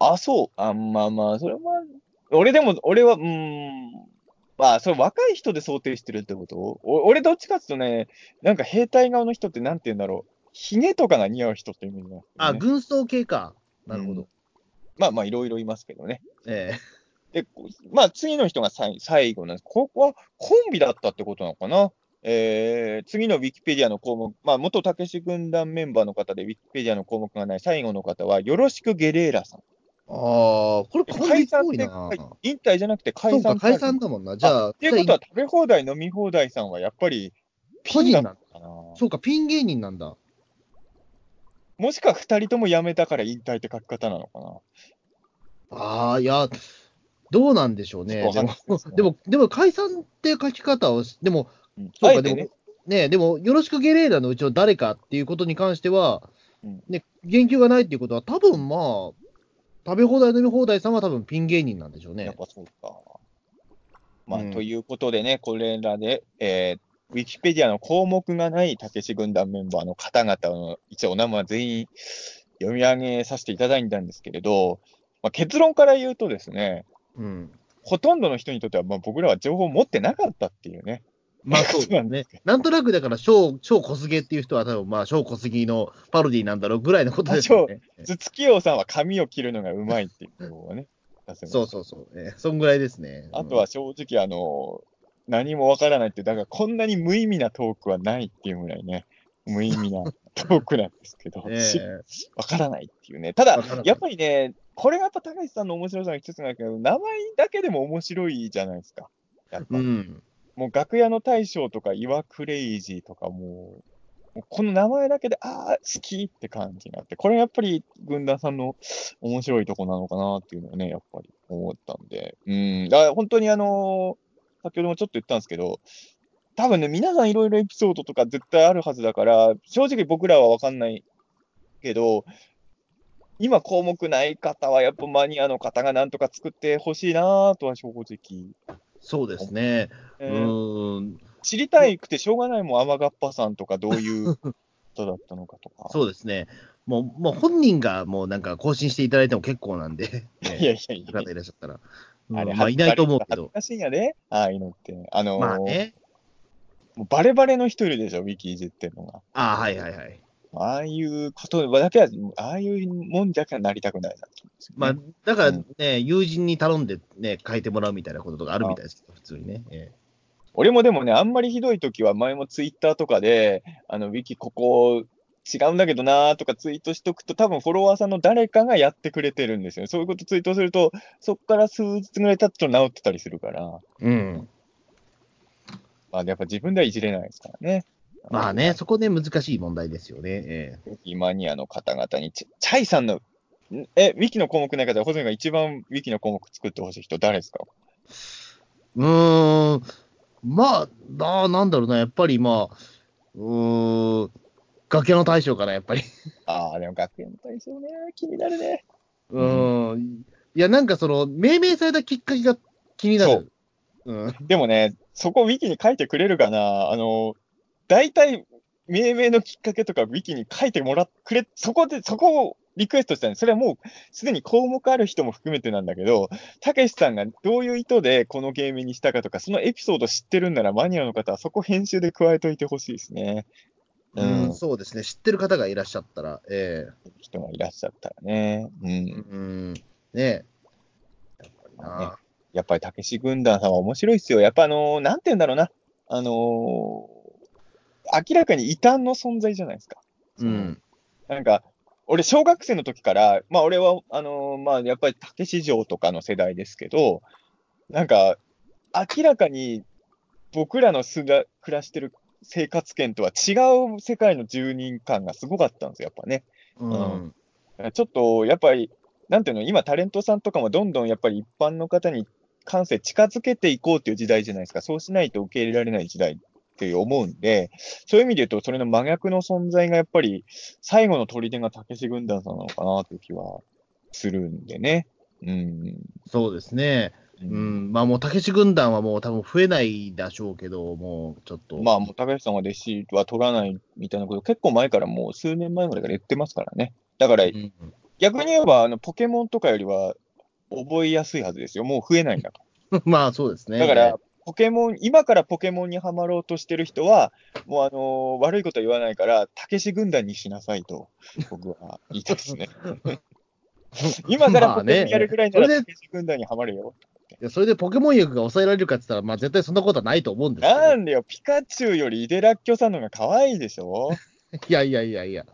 [SPEAKER 2] あ、そう。あ、まあまあ、それは、俺でも、俺は、うーん。まあ、それ若い人で想定してるってことお俺どっちかっていうとね、なんか兵隊顔の人ってなんて言うんだろう。ひげとかが似合う人って意味なんですよね、
[SPEAKER 3] あ、軍曹系か。なるほど。
[SPEAKER 2] うんまあまあ、いろいろいますけどね。
[SPEAKER 3] ええ
[SPEAKER 2] で、こまあ、次の人がさい最後なんです。ここはコンビだったってことなのかな。えー、次のウィキペディアの項目、まあ、元たけし軍団メンバーの方で、ウィキペディアの項目がない最後の方は、よろしくゲレーラさん。
[SPEAKER 3] ああ、これコンビっぽい
[SPEAKER 2] で
[SPEAKER 3] な。
[SPEAKER 2] 引退じゃなくて
[SPEAKER 3] そ
[SPEAKER 2] 解
[SPEAKER 3] うか、
[SPEAKER 2] 散。
[SPEAKER 3] 解散だもんな。じゃあ、
[SPEAKER 2] っていうことは、食べ放題、飲み放題さんはやっぱり、ピンだったのかな。
[SPEAKER 3] そうか、ピン芸人なんだ。
[SPEAKER 2] もしくは2人とも辞めたから引退って書き方なのかな。
[SPEAKER 3] ああ、いや、どうなんでしょうね。
[SPEAKER 2] ちょっとわ
[SPEAKER 3] でも
[SPEAKER 2] かんないすね、
[SPEAKER 3] でも、でも解散って書き方をし、でも、
[SPEAKER 2] うん
[SPEAKER 3] そう
[SPEAKER 2] あ
[SPEAKER 3] か、
[SPEAKER 2] え
[SPEAKER 3] で
[SPEAKER 2] て
[SPEAKER 3] も、
[SPEAKER 2] ね
[SPEAKER 3] ね、でも、よろしくゲレーラのうちの誰かっていうことに関しては、
[SPEAKER 2] うん
[SPEAKER 3] ね、言及がないっていうことは、多分まあ、食べ放題飲み放題さんは多分ピン芸人なんでしょう
[SPEAKER 2] やっ
[SPEAKER 3] ね。
[SPEAKER 2] ぱそうか。まあ、
[SPEAKER 3] うん
[SPEAKER 2] ということでね、これらで、えー、ウィキペディアの項目がないたけし軍団メンバーの方々の一応お名前全員読み上げさせていただいたんですけれど、まあ、結論から言うとですね、
[SPEAKER 3] うん。
[SPEAKER 2] ほとんどの人にとっては、まあ、僕らは情報を持ってなかったっていうね。
[SPEAKER 3] まあそう
[SPEAKER 2] そう
[SPEAKER 3] で
[SPEAKER 2] な
[SPEAKER 3] す
[SPEAKER 2] ん
[SPEAKER 3] ね。なんとなくだから、小、小小菅っていう人は多分まあ、小小菅のパロディなんだろうぐらいのことですよね。
[SPEAKER 2] 頭月陽さんは髪を切るのがうまいっていうのを ね。
[SPEAKER 3] そうそうそう。えーそんぐらいですね。
[SPEAKER 2] あとは正直、あの、何もわからないって、だからこんなに無意味なトークはないっていうぐらいね、無意味なトークなんです けど、
[SPEAKER 3] うん、え
[SPEAKER 2] し
[SPEAKER 3] ー
[SPEAKER 2] わからないっていうね。ただ
[SPEAKER 3] わからな、い
[SPEAKER 2] やっぱりね、これがやっぱ高橋さんの面白さの一つなんだけど、名前だけでも面白いじゃないですか。やっぱ、
[SPEAKER 3] うん。
[SPEAKER 2] もう楽屋の大将とか、岩クレイジーとかもう、もうこの名前だけで、ああ、好きって感じになって、これやっぱり軍団さんの面白いとこなのかなっていうのはね、やっぱり思ったんで、うん、だから本当にあのー先ほどもちょっと言ったんですけど、多分ね、皆さんいろいろエピソードとか絶対あるはずだから、正直僕らは分かんないけど、今項目ない方は、やっぱマニアの方がなんとか作ってほしいなぁとは正直。
[SPEAKER 3] そうですね。う
[SPEAKER 2] えー
[SPEAKER 3] ーん、
[SPEAKER 2] 知りたいくてしょうがないもん、天がっぱさんとかどう いう人だったのかとか。
[SPEAKER 3] そうですね。もう、もう本人がもうなんか更新していただいても結構なんで、
[SPEAKER 2] いや
[SPEAKER 3] ね、
[SPEAKER 2] いやいや。
[SPEAKER 3] 方いらっしゃったら。うん
[SPEAKER 2] あれ、
[SPEAKER 3] まあ、いないと思うけど。
[SPEAKER 2] 恥ずかしいんやで、ああいうのって。あのー
[SPEAKER 3] まあね。
[SPEAKER 2] もうバレバレの人いるでしょ、ウィキいじってるのが。
[SPEAKER 3] ああ、はいはいはい。
[SPEAKER 2] ああいうことだけは、ああいうもんだけはなりたくないなと思うんですよね
[SPEAKER 3] まあ、だから
[SPEAKER 2] う
[SPEAKER 3] ね、友人に頼んでね、書いてもらうみたいなこととかあるみたいですけど、普通にね。ええ
[SPEAKER 2] 俺もでもね、あんまりひどい時は、前もツイッターとかで、あの、ウィキここ違うんだけどなーとかツイートしとくと、多分フォロワーさんの誰かがやってくれてるんですよね。そういうことツイートすると、そこから数日ぐらい経つと治ってたりするから、
[SPEAKER 3] うん。
[SPEAKER 2] まあ、やっぱ自分ではいじれないですからね。
[SPEAKER 3] まあね、そこね、難しい問題ですよね。ええ
[SPEAKER 2] ウィキマニアの方々に、チチャイさんの、んえ、ウィキの項目ない方、ホゼンが一番ウィキの項目作ってほしい人、誰ですか
[SPEAKER 3] うーん。まあ、ななんだろうな、やっぱりまあ、うーん、崖の大将かな、やっぱり。
[SPEAKER 2] ああ、でも学園の体操ね、気になるね。
[SPEAKER 3] うーん。いや、なんかその、命名されたきっかけが気になる。うん。
[SPEAKER 2] でもね、そこウィキに書いてくれるかな。あの、大体、命名のきっかけとかウィキに書いてもらっくれ、そこで、そこをリクエストしたんです。それはもう、すでに項目ある人も含めてなんだけど、たけしさんがどういう意図でこのゲームにしたかとか、そのエピソード知ってるんならマニアの方はそこ編集で加えといてほしいですね。う
[SPEAKER 3] うんん、。そうですね。知ってる方がいらっしゃったら、え
[SPEAKER 2] 人がいらっしゃったらね。う
[SPEAKER 3] え
[SPEAKER 2] ん。
[SPEAKER 3] うん。ねえ。やっぱり
[SPEAKER 2] ね
[SPEAKER 3] な。
[SPEAKER 2] やっぱりたけし軍団さんは面白いっすよ。やっぱあのーなんて言うんだろうな。あのー明らかに異端の存在じゃないですか。
[SPEAKER 3] うん。
[SPEAKER 2] なんか、俺、小学生の時から、まあ、俺は、あのーまあ、やっぱり、たけし城とかの世代ですけど、なんか、明らかに、僕らのすが暮らしてる生活圏とは違う世界の住人感がすごかったんですよ、やっぱね。
[SPEAKER 3] うん。
[SPEAKER 2] ちょっと、やっぱり、なんていうの、今、タレントさんとかもどんどんやっぱり一般の方に感性近づけていこうっていう時代じゃないですか。そうしないと受け入れられない時代って思うんで、そういう意味で言うと、それの真逆の存在がやっぱり、最後の砦がたけし軍団さんなのかなという気はするんでね。うん。
[SPEAKER 3] そうですね。うん。まあもう、たけし軍団はもう多分増えないでしょうけど、もうちょっと。
[SPEAKER 2] まあ、もう高橋さんは弟子は取らないみたいなこと、結構前から、もう数年前ぐらいから言ってますからね。だから
[SPEAKER 3] う、ん
[SPEAKER 2] 逆に言えば、あの、ポケモンとかよりは、覚えやすいはずですよ。もう増えないんだから
[SPEAKER 3] まあそうですね。
[SPEAKER 2] だから、、ポケモン、今からポケモンにはまろうとしてる人は、もうあのー悪いことは言わないから、たけし軍団にしなさいと、僕は言いたいです ね。今からポケモンやるぐらいな
[SPEAKER 3] まあ
[SPEAKER 2] ら、
[SPEAKER 3] ね
[SPEAKER 2] たけし軍団にはまるよ。
[SPEAKER 3] いやそれでポケモン欲が抑えられるかって言ったら、まあ絶対そんなことはないと思うんですけど。
[SPEAKER 2] なんでよ、ピカチュウよりイデラッキョさんの方が可愛いでしょ
[SPEAKER 3] いやいやいやいや。い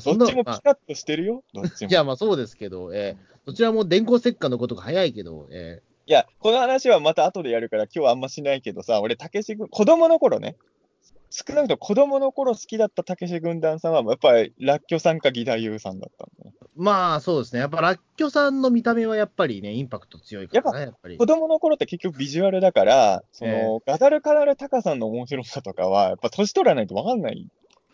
[SPEAKER 2] ど
[SPEAKER 3] そん
[SPEAKER 2] っ
[SPEAKER 3] な、
[SPEAKER 2] ちも
[SPEAKER 3] まあ
[SPEAKER 2] ピカッとしてるよ、どっちも。
[SPEAKER 3] いや、まあそうですけど、ええどちらも電光石火のことが早いけど、え
[SPEAKER 2] いや、この話はまた後でやるから、今日はあんましないけどさ、俺、たけし軍、子供の頃ね、少なくとも子供の頃好きだったたけし軍団さんは、やっぱり、ラッキョさんか義太夫さんだったんだよ
[SPEAKER 3] えまあそうですね。やっぱ、ラッキョさんの見た目はやっぱりね、インパクト強いからね、やっぱり
[SPEAKER 2] 子。供の頃って結局ビジュアルだから、その、
[SPEAKER 3] え
[SPEAKER 2] ガダルカダルタカさんの面白さとかは、やっぱ年取らないと分かんない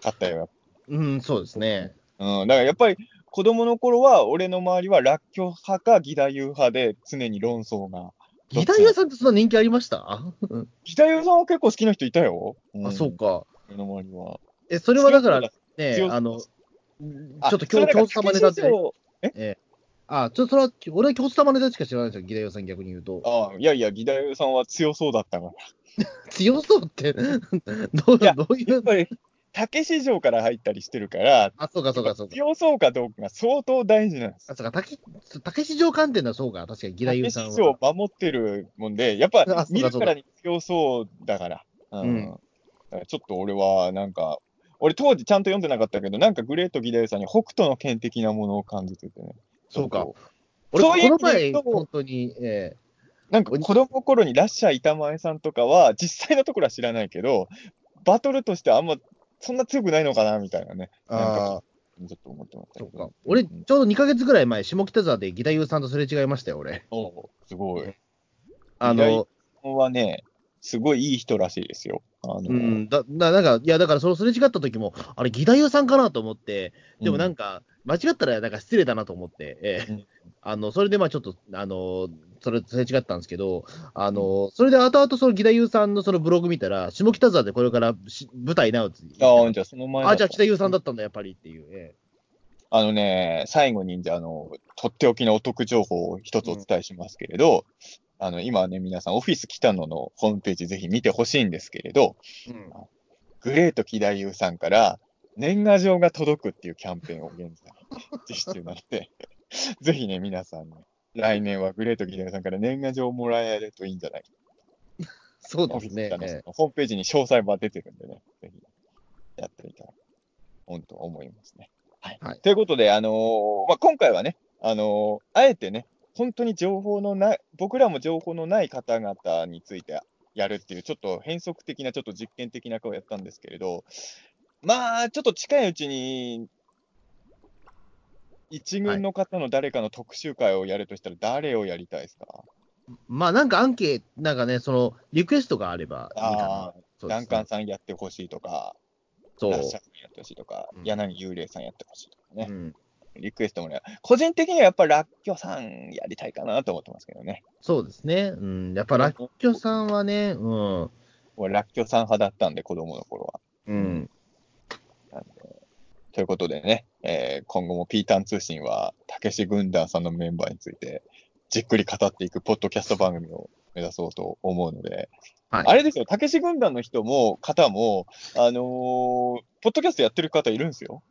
[SPEAKER 2] かったよ。
[SPEAKER 3] うん、そうですね。
[SPEAKER 2] うん。だからやっぱり子供の頃は、俺の周りはラッキョ派か義太夫派で常に論争が。
[SPEAKER 3] ギター屋さんってそんな人気ありましたあ、
[SPEAKER 2] 義太夫さんは結構好きな人いたよ。ん
[SPEAKER 3] あ、そう。か。
[SPEAKER 2] 俺の周りは。
[SPEAKER 3] え、それはだから
[SPEAKER 2] 強い
[SPEAKER 3] ね
[SPEAKER 2] 人、強い
[SPEAKER 3] あの、ちょ
[SPEAKER 2] そ
[SPEAKER 3] っと
[SPEAKER 2] れ
[SPEAKER 3] 京
[SPEAKER 2] だ
[SPEAKER 3] 京
[SPEAKER 2] から
[SPEAKER 3] 都様ネタって
[SPEAKER 2] たけし城
[SPEAKER 3] あ、ちょっとそれは、俺は京都様ネタしか知らないですよ、ギター屋さん逆に言うと。
[SPEAKER 2] あいやいや、義太夫さんは強そうだったから。
[SPEAKER 3] 強そうって、 どう
[SPEAKER 2] いや
[SPEAKER 3] どうい
[SPEAKER 2] やっ
[SPEAKER 3] う、
[SPEAKER 2] ぱり、たけし城から入ったりしてるから、
[SPEAKER 3] あ、そうかそうかそうか。
[SPEAKER 2] 強そうかどうかが相当大事なんですよ
[SPEAKER 3] あ、そうか、たけたけし城観点だそうか、確かに、ギラユさん
[SPEAKER 2] 師匠
[SPEAKER 3] は
[SPEAKER 2] を。守ってるもんで、やっぱ
[SPEAKER 3] あそう
[SPEAKER 2] 見
[SPEAKER 3] だ
[SPEAKER 2] るからに強そうだから。う
[SPEAKER 3] うん
[SPEAKER 2] ん。だからちょっと俺はなんか、俺当時ちゃんと読んでなかったけど、なんかグレート・ギダイさんに北斗の剣的なものを感じててね。
[SPEAKER 3] そうか。俺、
[SPEAKER 2] そういう意
[SPEAKER 3] この
[SPEAKER 2] 味で
[SPEAKER 3] 前、
[SPEAKER 2] 言うと
[SPEAKER 3] 本当に、え
[SPEAKER 2] なんか子供の頃にラッシャー板前さんとかは、実際のところは知らないけど、バトルとしてはあんま、そんな強くないのかなみたいなね。
[SPEAKER 3] ーああ、
[SPEAKER 2] ちょっと思ってました
[SPEAKER 3] そう
[SPEAKER 2] けど。
[SPEAKER 3] か。俺、ちょうど2ヶ月ぐらい前、下北沢でギラユさんとすれ違いましたよ、俺。
[SPEAKER 2] おうすごい。
[SPEAKER 3] あ
[SPEAKER 2] ギラユ
[SPEAKER 3] の、
[SPEAKER 2] ここはね、すごいいい人らしいですよ。あの
[SPEAKER 3] うん、だだなんか、いや、だからそのすれ違った時も、あれ、義太夫さんかなと思って、でもなんか、間違ったらなんか失礼だなと思って、ええ
[SPEAKER 2] うん
[SPEAKER 3] あのそれでまあちょっと、あのそれすれ違ったんですけど、あのそれで後々、その義太夫さんのそのブログ見たら、下北沢でこれからし舞台なうつ
[SPEAKER 2] ああ、じゃあその前だと
[SPEAKER 3] あじゃあ北優さんだったんだ、やっぱりっていう。え
[SPEAKER 2] あのね、最後に、じゃあ、あの、とっておきのお得情報を一つお伝えしますけれど、あの、今ね、皆さん、オフィス北野のホームページぜひ見てほしいんですけれど、
[SPEAKER 3] え
[SPEAKER 2] グレート木田優さんから年賀状が届くっていうキャンペーンを現在実施中なの で、ぜひね、皆さんね、来年はグレート木田優さんから年賀状をもらえるといいんじゃないか。
[SPEAKER 3] そう
[SPEAKER 2] オ
[SPEAKER 3] で
[SPEAKER 2] フィ
[SPEAKER 3] す
[SPEAKER 2] ス
[SPEAKER 3] ね
[SPEAKER 2] 北。野
[SPEAKER 3] え
[SPEAKER 2] さん
[SPEAKER 3] え
[SPEAKER 2] のホームページに詳細も出てるんでね、ぜひやっていただき本当思いますね。はい。
[SPEAKER 3] はい
[SPEAKER 2] ということで、あのーまあ、今回はね、あのーあえてね、本当に情報のない、僕らも情報のない方々についてやるっていう、ちょっと変則的な、ちょっと実験的な顔をやったんですけれど、まあ、ちょっと近いうちに、一軍の方の誰かの特集会をやるとしたら、誰をやりたいですか、
[SPEAKER 3] まあなんかアンケート、なんかね、そのリクエストがあればいい
[SPEAKER 2] あ
[SPEAKER 3] か
[SPEAKER 2] あ、
[SPEAKER 3] な。
[SPEAKER 2] ダンカンさんやってほしいとか、
[SPEAKER 3] そう
[SPEAKER 2] ラ
[SPEAKER 3] で
[SPEAKER 2] ッ
[SPEAKER 3] す
[SPEAKER 2] シャー
[SPEAKER 3] ね
[SPEAKER 2] さんやってほしいとか、
[SPEAKER 3] うん
[SPEAKER 2] 柳幽霊さんやってほしいとかね。
[SPEAKER 3] そう。うん
[SPEAKER 2] リクエストもね、個人的にはやっぱラッキョさんやりたいかなと思ってますけどね。
[SPEAKER 3] そうですね。うん。やっぱラッキョさんはね、うん。
[SPEAKER 2] 俺、ラッキョさん派だったんで、子供の頃は。
[SPEAKER 3] うん。
[SPEAKER 2] ということでね、えー今後もピータン通信は、たけし軍団さんのメンバーについて、じっくり語っていくポッドキャスト番組を目指そうと思うので、
[SPEAKER 3] はい
[SPEAKER 2] あれですよ、たけし軍団の人も、方も、あのーポッドキャストやってる方いるんですよ。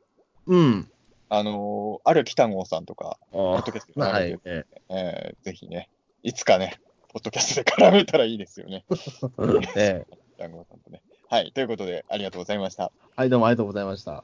[SPEAKER 3] うん。
[SPEAKER 2] あのーある北郷さんとか、
[SPEAKER 3] あ
[SPEAKER 2] ポッ
[SPEAKER 3] あ
[SPEAKER 2] ドキャスト
[SPEAKER 3] まあ
[SPEAKER 2] やら
[SPEAKER 3] は
[SPEAKER 2] れて
[SPEAKER 3] い
[SPEAKER 2] る。
[SPEAKER 3] ええ
[SPEAKER 2] えーぜひね、いつかね、ポッドキャストで絡めたらいいですよね。
[SPEAKER 3] ええ
[SPEAKER 2] 団子さんとね。はい、ということで、ありがとうございました。
[SPEAKER 3] はい、どうもありがとうございました。